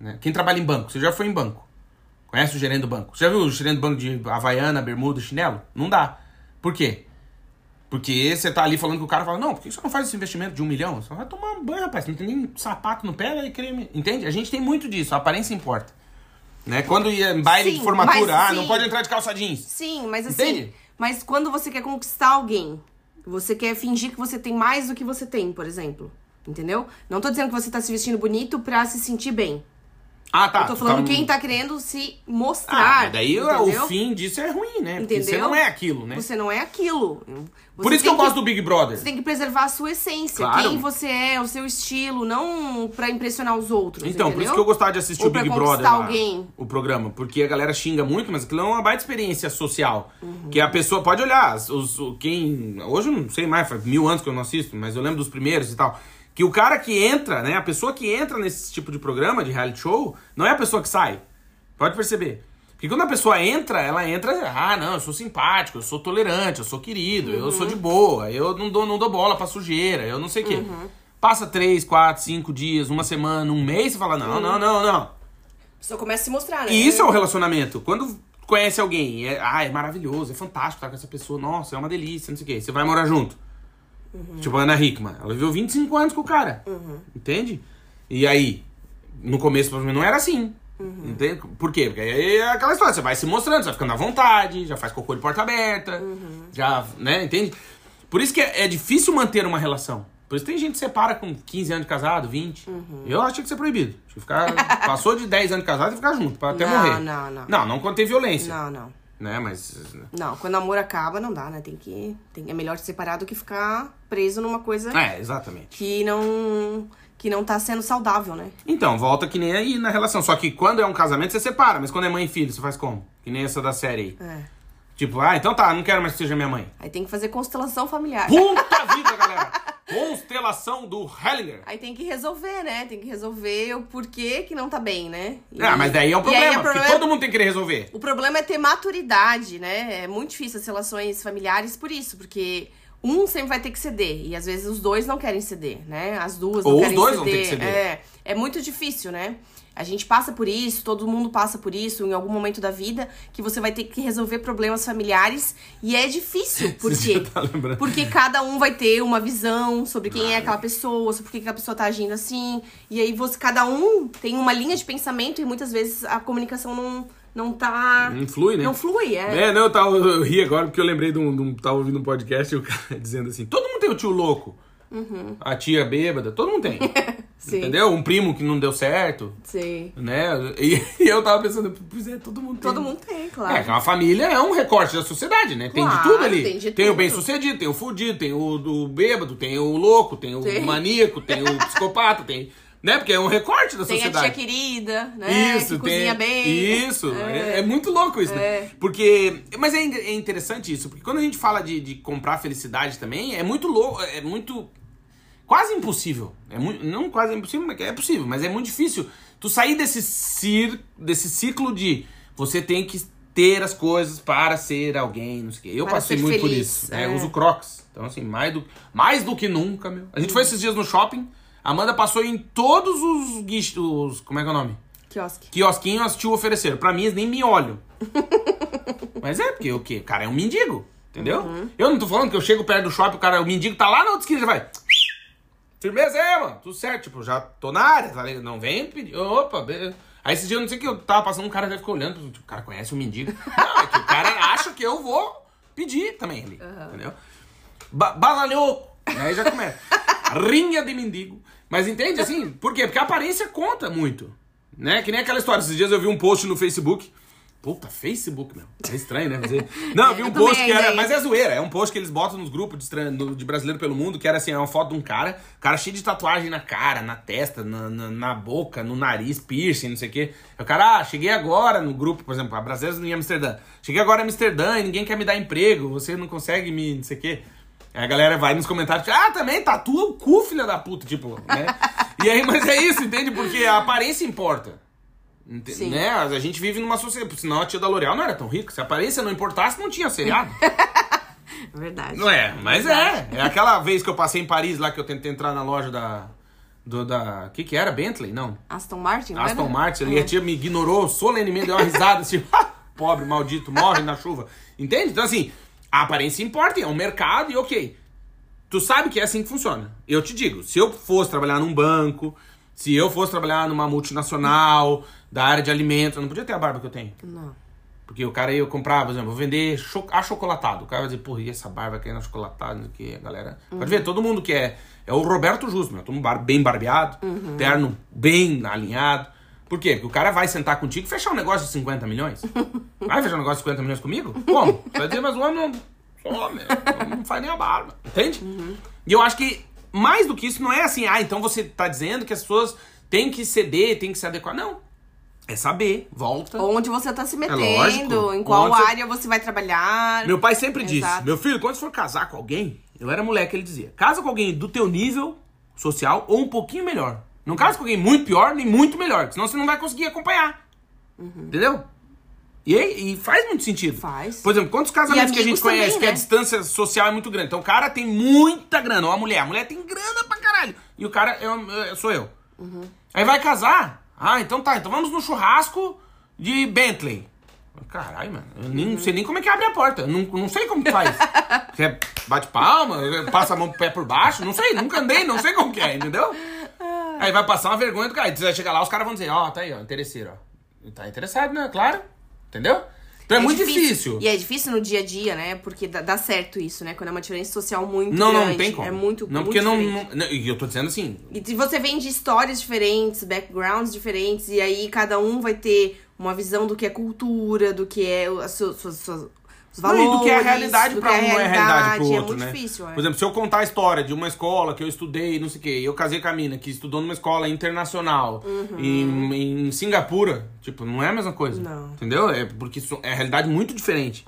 A: né? Quem trabalha em banco, você já foi em banco. Conhece o gerente do banco? Você já viu o gerente do banco de Havaiana, Bermuda, chinelo? Não dá. Por quê? Porque você tá ali falando que o cara fala, não, por que você não faz esse investimento de um milhão? Você vai tomar um banho, rapaz. Não tem nem sapato no pé, vai querer. me-" Entende? A gente tem muito disso, a aparência importa. Né? Quando ia em baile de
C: Sim,
A: formatura,
C: mas
A: ah, não
C: sim.
A: pode entrar de calça jeans.
C: Sim, mas assim,
A: Entende?
C: mas quando você quer conquistar alguém, você quer fingir que você tem mais do que você tem, por exemplo. Entendeu? Não tô dizendo que você tá se vestindo bonito pra se sentir bem.
A: Ah, tá.
C: Eu tô
A: tu
C: falando
A: tá-
C: quem tá querendo se
A: Ah,
C: mostrar.
A: mas daí
C: entendeu?
A: o fim disso é ruim, né? Porque você
C: Entendeu?
A: não é aquilo, né?
C: Você não é aquilo.
A: Por
C: Você
A: isso que eu
C: tem
A: gosto do Big Brother.
C: Você tem que preservar a sua essência,
A: Claro.
C: quem você é, o seu estilo, não pra impressionar os outros.
A: Então, por isso
C: entendeu?
A: que eu gostava de assistir
C: Ou
A: o
C: pra
A: Big Brother.
C: conquistar
A: lá,
C: alguém.
A: O programa. Porque a galera xinga muito, mas aquilo é uma baita experiência social. Que a pessoa pode olhar. Os, o- quem, hoje eu não sei mais, faz mil anos que eu não assisto, mas eu lembro dos primeiros e tal. Que o cara que entra, né? A pessoa que entra nesse tipo de programa, de reality show, não é a pessoa que sai. Pode perceber. Porque quando a pessoa entra, ela entra, ah, não, eu sou simpático, eu sou tolerante, eu sou querido, eu sou de boa, eu não dou, não dou bola pra sujeira, eu não sei o quê. Passa três, quatro, cinco dias, uma semana, um mês, você fala, não, não, não, não.
C: Só começa a se mostrar, né?
A: E isso é o relacionamento. Quando conhece alguém, é, ah, é maravilhoso, é fantástico estar com essa pessoa, nossa, é uma delícia, não sei o quê. Você vai morar junto. Tipo a Ana Hickman. Ela viveu 25 anos com o cara.
C: Uhum.
A: Entende? E aí, no começo, pra mim, não era assim.
C: Uhum.
A: Entende? Por quê? Porque aí é aquela história, você vai se mostrando, você vai ficando à vontade, já faz cocô de porta aberta,
C: Uhum.
A: já, né, entende? Por isso que é, é difícil manter uma relação. Por isso tem gente que separa com 15 anos de casado, 20.
C: Uhum.
A: Eu acho que tinha que ser proibido. Tinha que ficar, passou de 10 anos de casado e ficar junto, pra até
C: Não,
A: morrer.
C: não, não.
A: Não, não quando tem violência.
C: Não, não.
A: Né, mas...
C: Não, quando o amor acaba, não dá, né? Tem que. Tem, é melhor se separar do que ficar preso numa coisa
A: É, exatamente.
C: que não. que não tá sendo saudável, né?
A: Então, volta que nem aí na relação. Só que quando é um casamento, você separa. Mas quando é mãe e filho, você faz como? Que nem essa da série aí.
C: É.
A: Tipo, ah, então tá, não quero mais que seja minha mãe.
C: Aí tem que fazer constelação familiar.
A: Puta vida, galera! Constelação do Hellinger.
C: Aí tem que resolver, né? Tem que resolver o porquê que não tá bem, né? E-
A: Ah, mas daí é um
C: e aí
A: problema,
C: é
A: porque todo mundo tem que querer resolver.
C: O problema é ter maturidade, né? É muito difícil as relações familiares por isso, porque um sempre vai ter que ceder e às vezes os dois não querem ceder, né? As duas
A: Ou
C: não
A: os
C: querem
A: dois
C: ceder.
A: vão ter que ceder.
C: É, é muito difícil, né? A gente passa por isso, todo mundo passa por isso em algum momento da vida, que você vai ter que resolver problemas familiares e é difícil, por
A: Você
C: quê?
A: já tá lembrando.
C: Porque cada um vai ter uma visão sobre quem é aquela pessoa, sobre por que aquela pessoa tá agindo assim. E aí você, cada um tem uma linha de pensamento e muitas vezes a comunicação não, não tá.
A: Não flui, né?
C: Não flui, é.
A: É, não, eu, tava, eu ri agora porque eu lembrei de um, de um- Tava ouvindo um podcast e o cara dizendo assim: todo mundo tem o tio louco. A tia bêbada, todo mundo tem.
C: Uhum. Sim.
A: Entendeu? Um primo que não deu certo,
C: Sim.
A: né? E, e eu tava pensando, pois é, todo mundo tem.
C: Todo mundo tem, claro.
A: É, que uma família é um recorte da sociedade, né? Tem de
C: Claro,
A: tudo ali.
C: tem de
A: o
C: tudo.
A: bem-sucedido, tem o fudido, tem o do bêbado, tem o louco, tem o
C: Tem.
A: maníaco, tem o psicopata, tem... Né? Porque é um recorte da
C: Tem a
A: sociedade.
C: tia querida, né?
A: Isso,
C: que
A: tem-
C: cozinha bem.
A: Isso, é, é muito louco isso, né? Porque. Mas é, in- é interessante isso, porque quando a gente fala de, de comprar felicidade também, é muito louco, é muito. Quase impossível. É muito, não quase impossível, mas é possível, mas é muito difícil. Tu sair desse, cir, desse ciclo de você tem que ter as coisas para ser alguém, não sei o quê. Eu
C: Para
A: passei
C: ser
A: muito por
C: feliz,
A: isso. né? Eu
C: é.
A: uso Crocs. Então, assim, mais do, mais do que nunca, meu. A gente foi esses dias no shopping, a Amanda passou em todos os guichos. os- Como é que é o nome?
C: Quiosque.
A: Quiosquinho as tio ofereceram. Pra mim, eles nem me olham. Mas é, porque o quê? O cara é um mendigo, entendeu? Eu não tô falando que eu chego perto do shopping, o cara, o mendigo tá lá na outra esquina, já vai. Firmeza é, mano. Tudo certo, tipo, já tô na área, tá ligado? Não vem pedir. Opa, beleza. Aí esse dia eu não sei o que eu tava passando, um cara já ficou olhando, tipo, o cara conhece o mendigo. Não, é que o cara acha que eu vou pedir também ali, entendeu? Ba balalhou. Aí já começa. Rinha de mendigo. Mas entende assim? Por quê? Porque a aparência conta muito. Né? Que nem aquela história. Esses dias eu vi um post no Facebook. Puta, Facebook, meu. É estranho, né? Você- Não, eu vi
C: É,
A: um
C: eu também
A: post que era.
C: ainda, hein?
A: Mas é zoeira. É um post que eles botam nos grupos de, estran- no- de brasileiro pelo mundo, que era assim: é uma foto de um cara, cara cheio de tatuagem na cara, na testa, na, na, na boca, no nariz, piercing, não sei o quê. Aí O cara, ah, cheguei agora no grupo, por exemplo, a Brasileiros em Amsterdã. Cheguei agora em Amsterdã e ninguém quer me dar emprego, você não consegue me, não sei o quê. Aí a galera vai nos comentários, tipo, ah, também tatua o cu, filha da puta, tipo, né? e aí, mas é isso, entende? Porque a aparência importa. Ente-
C: Sim.
A: Né? A gente vive numa sociedade. Senão a tia da L'Oréal não era tão rica. Se a aparência não importasse, não tinha seriado.
C: Verdade.
A: não é, mas é. É aquela vez que eu passei em Paris lá que eu tentei entrar na loja da. Do, da. que que era? Bentley? Não.
C: Aston Martin, não é, né?
A: Aston
C: era?
A: Martin. E a tia me ignorou solenemente, deu uma risada assim. Pobre, maldito, morre na chuva. Entende? Então, assim, a aparência importa, é um mercado e ok. Tu sabe que é assim que funciona. Eu te digo, se eu fosse trabalhar num banco, se eu fosse trabalhar numa multinacional, da área de alimentos, eu não podia ter a barba que eu tenho.
C: Não.
A: Porque o cara ia comprar, por exemplo, vou vender cho- achocolatado. O cara vai dizer, porra, e essa barba aqui é achocolatado, não sei o que, a galera. Pode ver, todo mundo que é. É o Roberto Justo, meu. Todo mundo bar- bem barbeado, terno bem alinhado. Por quê? Porque o cara vai sentar contigo e fechar um negócio de 50 milhões. Vai fechar um negócio de 50 milhões comigo? Como? Tu Vai dizer, mas o homem não. o Homem, não faz nem a barba. Entende? E eu acho que mais do que isso, não é assim, ah, então você tá dizendo que as pessoas têm que ceder, têm que se adequar. Não. É saber, volta.
C: Onde você tá se metendo,
A: É lógico.
C: em qual
A: Onde você-
C: área você vai trabalhar.
A: Meu pai sempre disse,
C: Exato.
A: meu filho, quando você for casar com alguém, eu era moleque, ele dizia, casa com alguém do teu nível social ou um pouquinho melhor. Não casa com alguém muito pior, nem muito melhor, que senão você não vai conseguir acompanhar. Entendeu? E, aí- e faz muito sentido.
C: Uhum. Faz.
A: Por exemplo, quantos casamentos
C: E
A: que a gente
C: amigos também,
A: conhece que a
C: né?
A: distância social é muito grande? Então o cara tem muita grana, ou a mulher. A mulher tem grana pra caralho. E o cara é um- é- sou eu.
C: Uhum.
A: Aí vai casar. Ah, então tá. Então vamos no churrasco de Bentley. Caralho, mano. Eu nem, não
C: Uhum.
A: sei nem como é que abre a porta. Eu Não, não sei como que faz. Você bate palma, passa a mão pro pé por baixo. Não sei, nunca andei, não sei como que é, entendeu?
C: Ah.
A: Aí vai passar uma vergonha do cara. Aí você vai chegar lá, os caras vão dizer, ó, tá aí, ó, interesseiro, ó. Tá interessado, né? Claro. Entendeu? Então é, muito difícil.
C: E é difícil no dia a dia, né? Porque dá, dá certo isso, né? Quando é uma diferença social muito
A: Não,
C: grande.
A: não, não tem como.
C: É muito
A: Não,
C: muito
A: porque não,
C: diferente.
A: não. não- E eu tô dizendo assim.
C: E te- você vem de histórias diferentes, backgrounds diferentes, e aí cada um vai ter uma visão do que é cultura, do que é o- as suas, suas- suas- os
A: Não,
C: valores.
A: e do que é a realidade
C: do
A: pra
C: que
A: um é a realidade pro
C: é
A: outro,
C: muito
A: né?
C: difícil, é.
A: Por exemplo, se eu contar a história de uma escola que eu estudei, não sei o quê, e eu casei com a mina que estudou numa escola internacional
C: Uhum.
A: em, em Singapura, tipo, não é a mesma coisa.
C: Não. Uhum.
A: Entendeu? É porque isso é realidade muito diferente.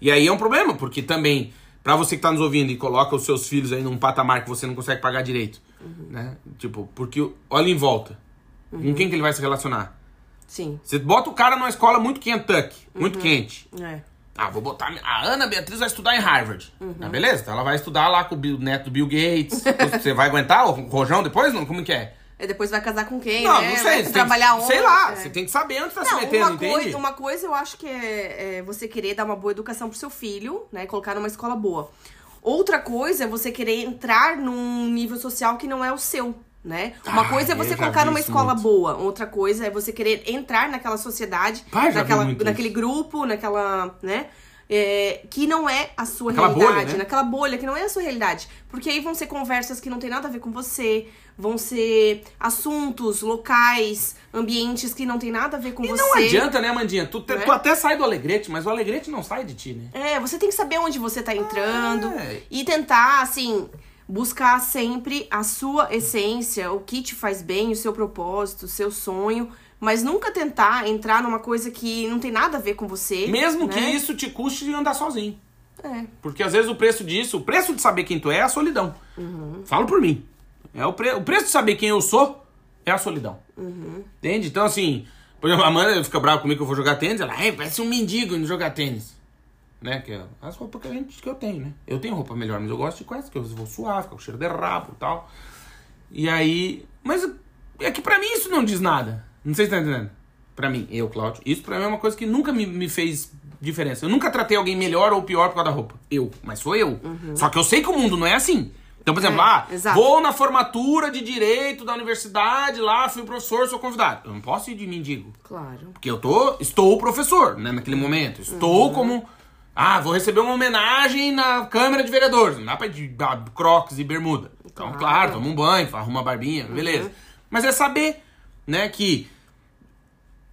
A: E aí é um problema, porque também, pra você que tá nos ouvindo e coloca os seus filhos aí num patamar que você não consegue pagar direito,
C: Uhum.
A: né? Tipo, porque olha em volta. Com quem que ele vai se relacionar?
C: Sim.
A: Você bota o cara numa escola muito Kentucky, muito quente.
C: É.
A: Ah, vou botar. A Ana Beatriz vai estudar em Harvard. Ah, beleza? Então ela vai estudar lá com o Bill- neto do Bill Gates. Você vai aguentar o rojão depois? Não? Como que é?
C: E depois vai casar com quem?
A: não,
C: né?
A: não sei.
C: Vai
A: Você
C: trabalhar
A: tem que,
C: onde?
A: sei lá,
C: é.
A: você tem que saber onde você tá
C: Não,
A: se metendo,
C: uma,
A: entende?
C: coisa, uma coisa eu acho que é, é você querer dar uma boa educação pro seu filho, né? Colocar numa escola boa. Outra coisa é você querer entrar num nível social que não é o seu, né? Uma
A: Ah,
C: coisa é
A: eu
C: você
A: já
C: colocar
A: vi
C: numa
A: isso
C: escola
A: muito.
C: boa, outra coisa é você querer entrar naquela sociedade,
A: Pai, já vi
C: naquela,
A: muito
C: naquele grupo, naquela, né? é, que não é a sua
A: Naquela
C: realidade,
A: bolha, né?
C: naquela bolha que não é a sua realidade. Porque aí vão ser conversas que não tem nada a ver com você, vão ser assuntos, locais, ambientes que não tem nada a ver com
A: E
C: você.
A: não adianta, né, Mandinha? Tu, te-
C: Não é?
A: tu até sai do alegrete, mas o alegrete não sai de ti, né?
C: É, você tem que saber onde você tá entrando
A: É.
C: e tentar, assim, buscar sempre a sua essência, o que te faz bem, o seu propósito, o seu sonho, mas nunca tentar entrar numa coisa que não tem nada a ver com você.
A: Mesmo
C: né?
A: que isso te custe andar sozinho.
C: É.
A: Porque às vezes o preço disso, o preço de saber quem tu é é a solidão. Falo por mim. É o, pre- o preço de saber quem eu sou é a solidão. Entende? Então, assim, por exemplo, a Amanda fica brava comigo que eu vou jogar tênis, ela, é, parece um mendigo indo jogar tênis. Né? Que é as roupas que, a gente, que eu tenho, né? Eu tenho roupa melhor, mas eu gosto de quais, que eu vou suar, fica com cheiro de rabo e tal. E aí. Mas é que pra mim isso não diz nada. Não sei se tá entendendo. Pra mim, eu, Cláudio. Isso pra mim é uma coisa que nunca me, me fez diferença. Eu nunca tratei alguém melhor ou pior por causa da roupa. Eu. Mas sou eu. Só que eu sei que o mundo não é assim. Então, por exemplo,
C: Uhum. É,
A: ah,
C: exato.
A: vou na formatura de direito da universidade, lá fui professor, sou convidado. Eu não posso ir de mendigo.
C: Claro.
A: Porque eu tô, estou o professor, né, naquele momento. Estou
C: Uhum.
A: como. Ah, vou receber uma homenagem na Câmara de Vereadores. Não dá pra ir de ba- crocs e bermuda. Então,
C: Claro. Uhum.
A: claro, toma um banho, arruma a barbinha, beleza. Mas é saber, né, que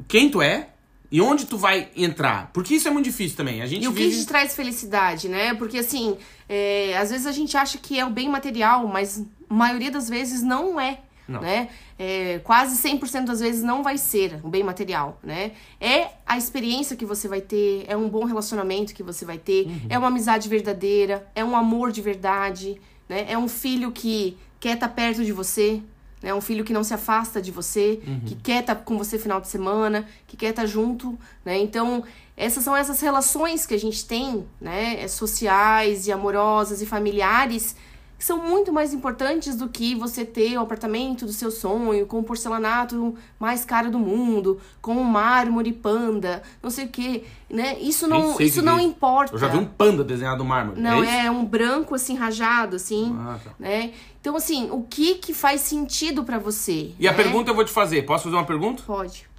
A: quem tu é e onde tu vai entrar. Porque isso é muito difícil também. A gente
C: E o que
A: vive...
C: te traz felicidade, né? Porque assim, é, às vezes a gente acha que é o bem material, mas a maioria das vezes não é.
A: Não.
C: Né? É, quase 100% das vezes não vai ser um bem material, né? É a experiência que você vai ter, é um bom relacionamento que você vai ter,
A: Uhum.
C: é uma amizade verdadeira, é um amor de verdade, né? É um filho que quer estar perto de você, né? Um filho que não se afasta de você,
A: Uhum.
C: que quer estar com você final de semana, que quer estar junto, né? Então, essas são essas relações que a gente tem, né? É, Sociais e amorosas e familiares, que são muito mais importantes do que você ter o apartamento do seu sonho, com o porcelanato mais caro do mundo, com o mármore panda, não sei o quê, né? Isso
A: Nem
C: não,
A: sei o
C: isso
A: que
C: não
A: que é isso.
C: importa.
A: Eu já vi um panda desenhado no mármore.
C: Não,
A: é, isso?
C: é, um branco assim rajado assim,
A: Ah, tá.
C: né? Então assim, o que que faz sentido pra você?
A: E a
C: né?
A: pergunta eu vou te fazer. Posso fazer uma pergunta?
C: pode.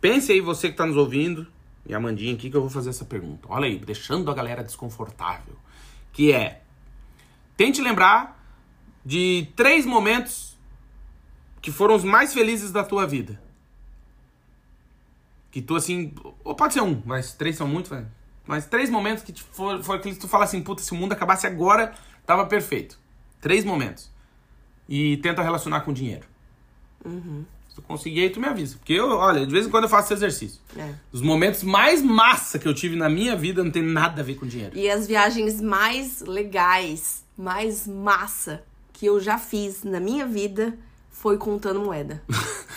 A: Pense aí você que tá nos ouvindo e a Mandinha aqui que eu vou fazer essa pergunta. Olha aí, deixando a galera desconfortável. Que é, tente lembrar de três momentos que foram os mais felizes da tua vida. Que tu assim, ou pode ser um, mas três são muito, vai. mas três momentos que te for, for aqueles que tu fala assim, puta, se o mundo acabasse agora, tava perfeito. Três momentos. E tenta relacionar com dinheiro. Se tu conseguir aí, tu me avisa. Porque eu, olha, de vez em quando eu faço esse exercício.
C: É.
A: Os momentos mais massa que eu tive na minha vida não tem nada a ver com dinheiro.
C: E as viagens mais legais, mais massa que eu já fiz na minha vida foi contando moeda.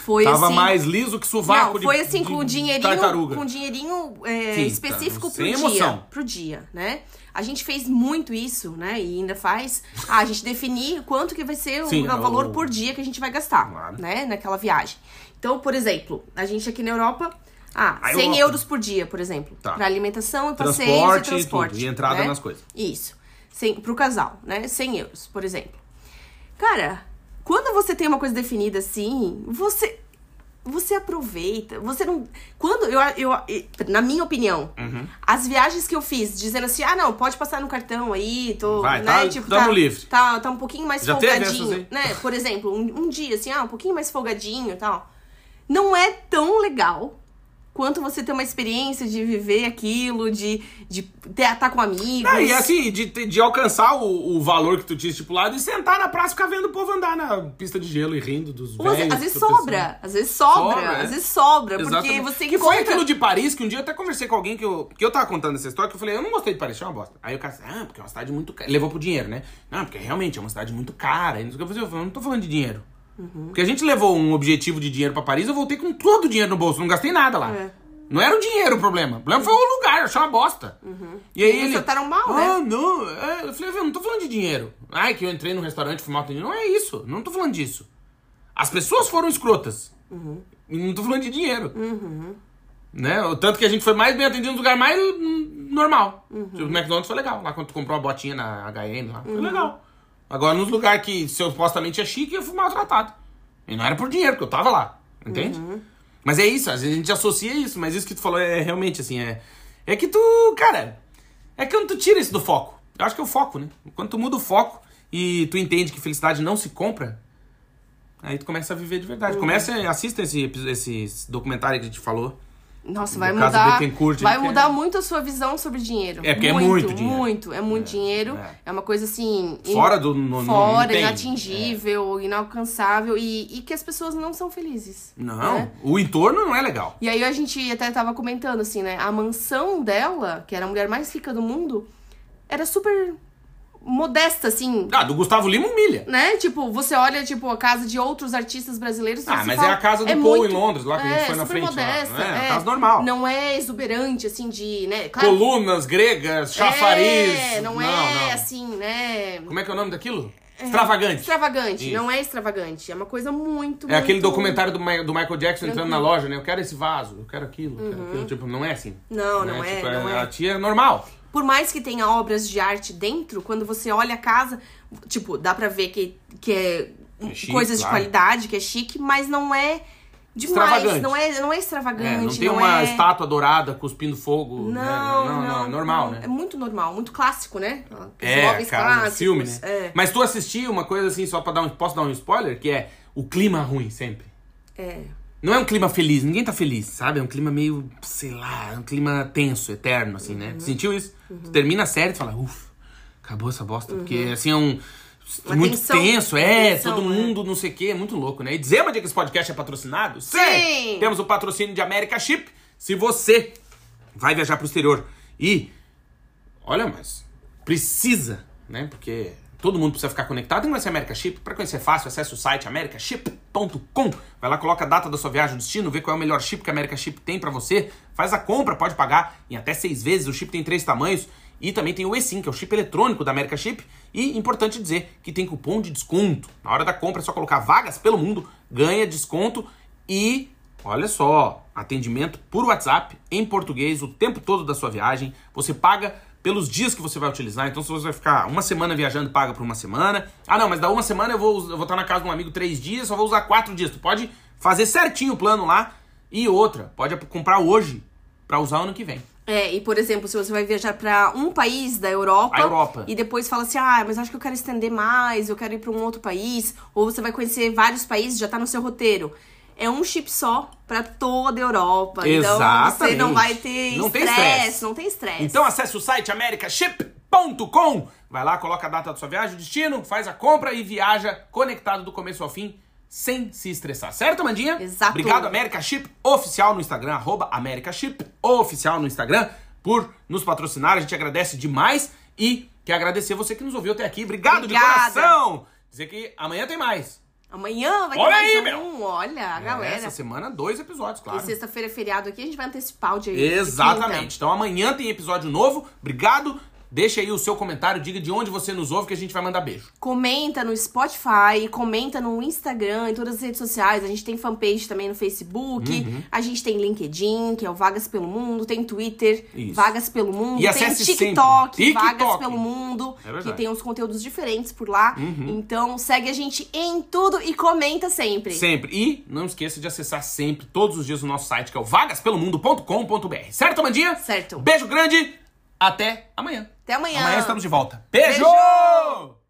C: Foi
A: Tava
C: assim,
A: mais liso que sovaco
C: não,
A: de
C: foi assim com o
A: de
C: dinheirinho,
A: tartaruga.
C: com um dinheirinho é,
A: Sim, tá,
C: específico pro
A: sem
C: dia,
A: emoção.
C: pro dia, né? A gente fez muito isso, né? E ainda faz. Ah, a gente definir quanto que vai ser o
A: Sim,
C: valor
A: o-
C: por dia que a gente vai gastar,
A: Claro.
C: né? Naquela viagem. Então, por exemplo, a gente aqui na Europa, ah,
A: A
C: 100
A: Europa.
C: euros por dia, por exemplo,
A: Tá.
C: pra alimentação e passeios
A: Transporte
C: e
A: e
C: transporte,
A: tudo, e entrada
C: né?
A: nas coisas.
C: Isso. 100, pro casal, né? 100 euros, por exemplo. Cara, quando você tem uma coisa definida assim, você você aproveita, você não. Quando eu, eu na minha opinião,
A: Uhum.
C: as viagens que eu fiz, dizendo assim, ah, não, pode passar no cartão aí, tô,
A: Vai,
C: né,
A: tá- tamo livre.
C: Tá, tá um pouquinho mais
A: Já teve essas
C: folgadinho,
A: aí?
C: né? Por exemplo, um, um dia assim, ah, um pouquinho mais folgadinho, e tal. Não é tão legal quanto você ter uma experiência de viver aquilo, de de estar com um amigos.
A: Ah, e assim, de, de alcançar o, o valor que tu tinha estipulado e sentar na praça e ficar vendo o povo andar na pista de gelo e rindo dos
C: Ou às-
A: velhos.
C: às vezes
A: tropeçando.
C: sobra, às vezes sobra,
A: Sobra, é.
C: às vezes sobra, porque
A: Exatamente.
C: você
A: Que foi
C: encontra...
A: aquilo de Paris, que um dia eu até conversei com alguém que eu, que eu tava contando essa história, que eu falei, eu não gostei de Paris, é uma bosta. Aí o cara, disse, ah, porque é uma cidade muito cara. Levou pro dinheiro, né? Não, porque realmente é uma cidade muito cara. E não sei o que eu falei, eu falei, não tô falando de dinheiro.
C: Uhum.
A: Porque a gente levou um objetivo de dinheiro pra Paris, eu voltei com todo o dinheiro no bolso, não gastei nada lá.
C: É.
A: Não era o dinheiro o problema. O problema foi o lugar, eu achei uma bosta.
C: Uhum.
A: E aí
C: Eles
A: ele.
C: trataram mal,
A: ah,
C: né?
A: ah, não, é, eu falei, velho, não tô falando de dinheiro. Ai, que eu entrei num restaurante e fui mal atendido. Não é isso, não tô falando disso. As pessoas foram escrotas.
C: Uhum.
A: E Não tô falando de dinheiro. Né? O tanto que a gente foi mais bem atendido no lugar mais hum, normal.
C: Uhum.
A: Tipo, O McDonald's foi legal. Lá quando tu comprou a botinha na H&M lá, foi legal. Agora, nos lugares que supostamente é chique, eu fui maltratado. E não era por dinheiro, porque eu tava lá. Entende?
C: Uhum.
A: Mas é isso, às vezes a gente associa isso, mas isso que tu falou é realmente assim, é. É que tu, cara, É quando tu tira isso do foco. Eu acho que é o foco, né? Quando tu muda o foco e tu entende que felicidade não se compra, aí tu começa a viver de
C: Uhum.
A: verdade. Começa, assista esse, epi- esse documentário que a gente falou.
C: Nossa, vai
A: No caso do
C: mudar.
A: Bittencourt,
C: vai
A: ele quer-
C: mudar muito a sua visão sobre dinheiro.
A: É, porque é muito dinheiro.
C: Muito, é muito dinheiro.
A: é.
C: É. uma coisa assim. in-
A: Fora do- no- no- não
C: fora,
A: tem.
C: inatingível, inalcançável e, e que as pessoas não são felizes.
A: Não,
C: né?
A: o entorno não é legal.
C: E aí a gente até tava comentando assim, né? A mansão dela, que era a mulher mais rica do mundo, era super modesta, assim.
A: Ah, do Gustavo Lima humilha.
C: Né? Tipo, você olha, tipo, a casa de outros artistas brasileiros.
A: Ah,
C: você
A: mas
C: fala,
A: é a casa do
C: é
A: Paul
C: muito-
A: em Londres, lá que a gente
C: é,
A: foi na
C: super
A: frente. lá,
C: Modesta,
A: né?
C: é,
A: Casa normal.
C: Não é exuberante, assim, de. Né?
A: Colunas gregas, chafariz.
C: É, não, é assim, né?
A: Como é que é o nome daquilo? Extravagante.
C: Extravagante,
A: Isso.
C: não é extravagante. É uma coisa muito.
A: É aquele
C: muito- Uhum.
A: documentário do, Ma- do Michael Jackson entrando na loja, né? Eu quero esse vaso, eu quero aquilo, eu quero aquilo. Tipo, não é assim.
C: Não, não é,
A: Tipo,
C: não é.
A: A tia é normal.
C: Por mais que tenha obras de arte dentro, quando você olha a casa, tipo, dá pra ver que, que é,
A: É chique,
C: coisas de
A: claro.
C: qualidade, que é chique, mas não é
A: Extravagante.
C: demais. Não é, não é
A: É,
C: extravagante.
A: não tem uma
C: é-
A: estátua dourada cuspindo fogo.
C: Não,
A: né?
C: não,
A: não, não, É normal,
C: não.
A: né?
C: É muito normal, muito clássico, né? Os
A: É,
C: móveis
A: cara,
C: clássicos,
A: filme, né?
C: É.
A: Mas tu assistia uma coisa assim, só pra dar um. Posso dar um spoiler? Que é o clima ruim sempre.
C: É.
A: Não é um clima feliz, ninguém tá feliz, sabe? É um clima meio, sei lá, é um clima tenso, eterno, assim,
C: Uhum.
A: né? Tu sentiu isso? Tu termina a série e fala, uff, acabou essa bosta. Porque, assim, é um...
C: Uhum. Uma
A: muito
C: tensão.
A: tenso, é,
C: Tensão,
A: todo
C: é.
A: mundo não sei o que, é muito louco, né? E dizer, Mandia, que esse podcast é patrocinado? Sim!
C: Sim!
A: Temos o patrocínio de America Chip. Se você vai viajar pro exterior e, olha, mas precisa, né? Porque todo mundo precisa ficar conectado tem que conhecer a America Chip. Pra conhecer fácil, acesse o site americaship.com. Vai lá, coloca a data da sua viagem, o destino, vê qual é o melhor chip que a America Chip tem pra você. Faz a compra, pode pagar em até seis vezes. O chip tem três tamanhos. E também tem o eSIM, que é o chip eletrônico da America Chip. E importante dizer que tem cupom de desconto. Na hora da compra é só colocar vagas pelo mundo, ganha desconto e Olha só, atendimento por WhatsApp em português o tempo todo da sua viagem. Você paga pelos dias que você vai utilizar. Então, se você vai ficar uma semana viajando, paga por uma semana. Ah, não, mas da uma semana eu vou, us- eu vou estar na casa de um amigo três dias, só vou usar quatro dias. Tu pode fazer certinho o plano lá. E outra, pode ap- comprar hoje pra usar ano que vem.
C: É, e por exemplo, se você vai viajar pra um país da Europa,
A: A Europa.
C: e depois fala assim: "Ah, mas acho que eu quero estender mais, eu quero ir pra um outro país", ou você vai conhecer vários países, já tá no seu roteiro. É um chip só pra toda a Europa. Então você
A: Exatamente.
C: não vai ter
A: Não tem estresse.
C: estresse, não tem estresse.
A: Então acesse o site americaship.com, vai lá, coloca a data da sua viagem, o destino, faz a compra e viaja conectado do começo ao fim, sem se estressar. Certo, Mandinha?
C: Exato.
A: Obrigado, America Chip Oficial no Instagram, arroba America Chip Oficial no Instagram, por nos patrocinar. A gente agradece demais e quer agradecer você que nos ouviu até aqui. Obrigado
C: Obrigada.
A: de coração! Dizer que amanhã tem mais.
C: Amanhã vai ter
A: Olha
C: mais
A: aí,
C: um.
A: meu!
C: Olha, a galera.
A: Essa semana, dois episódios, claro.
C: E sexta-feira é feriado aqui, a gente vai antecipar o dia de quinta.
A: Exatamente. Então amanhã tem episódio novo. Obrigado. Deixa aí o seu comentário, diga de onde você nos ouve que a gente vai mandar beijo.
C: Comenta no Spotify, comenta no Instagram, em todas as redes sociais. A gente tem fanpage também no Facebook,
A: Uhum.
C: a gente tem LinkedIn, que é o Vagas Pelo Mundo, tem Twitter,
A: Isso.
C: Vagas Pelo Mundo,
A: E
C: tem
A: acesse sempre.
C: TikTok, Vagas
A: TikTok.
C: Pelo Mundo,
A: É verdade. Uhum.
C: que tem uns conteúdos diferentes por lá. Então segue a gente em tudo e comenta sempre.
A: Sempre. E não esqueça de acessar sempre, todos os dias, o nosso site, que é o vagaspelomundo.com.br. Certo, Mandinha?
C: Certo.
A: Beijo grande. Até amanhã.
C: Até amanhã.
A: Amanhã estamos de volta. Beijo!
C: Beijo!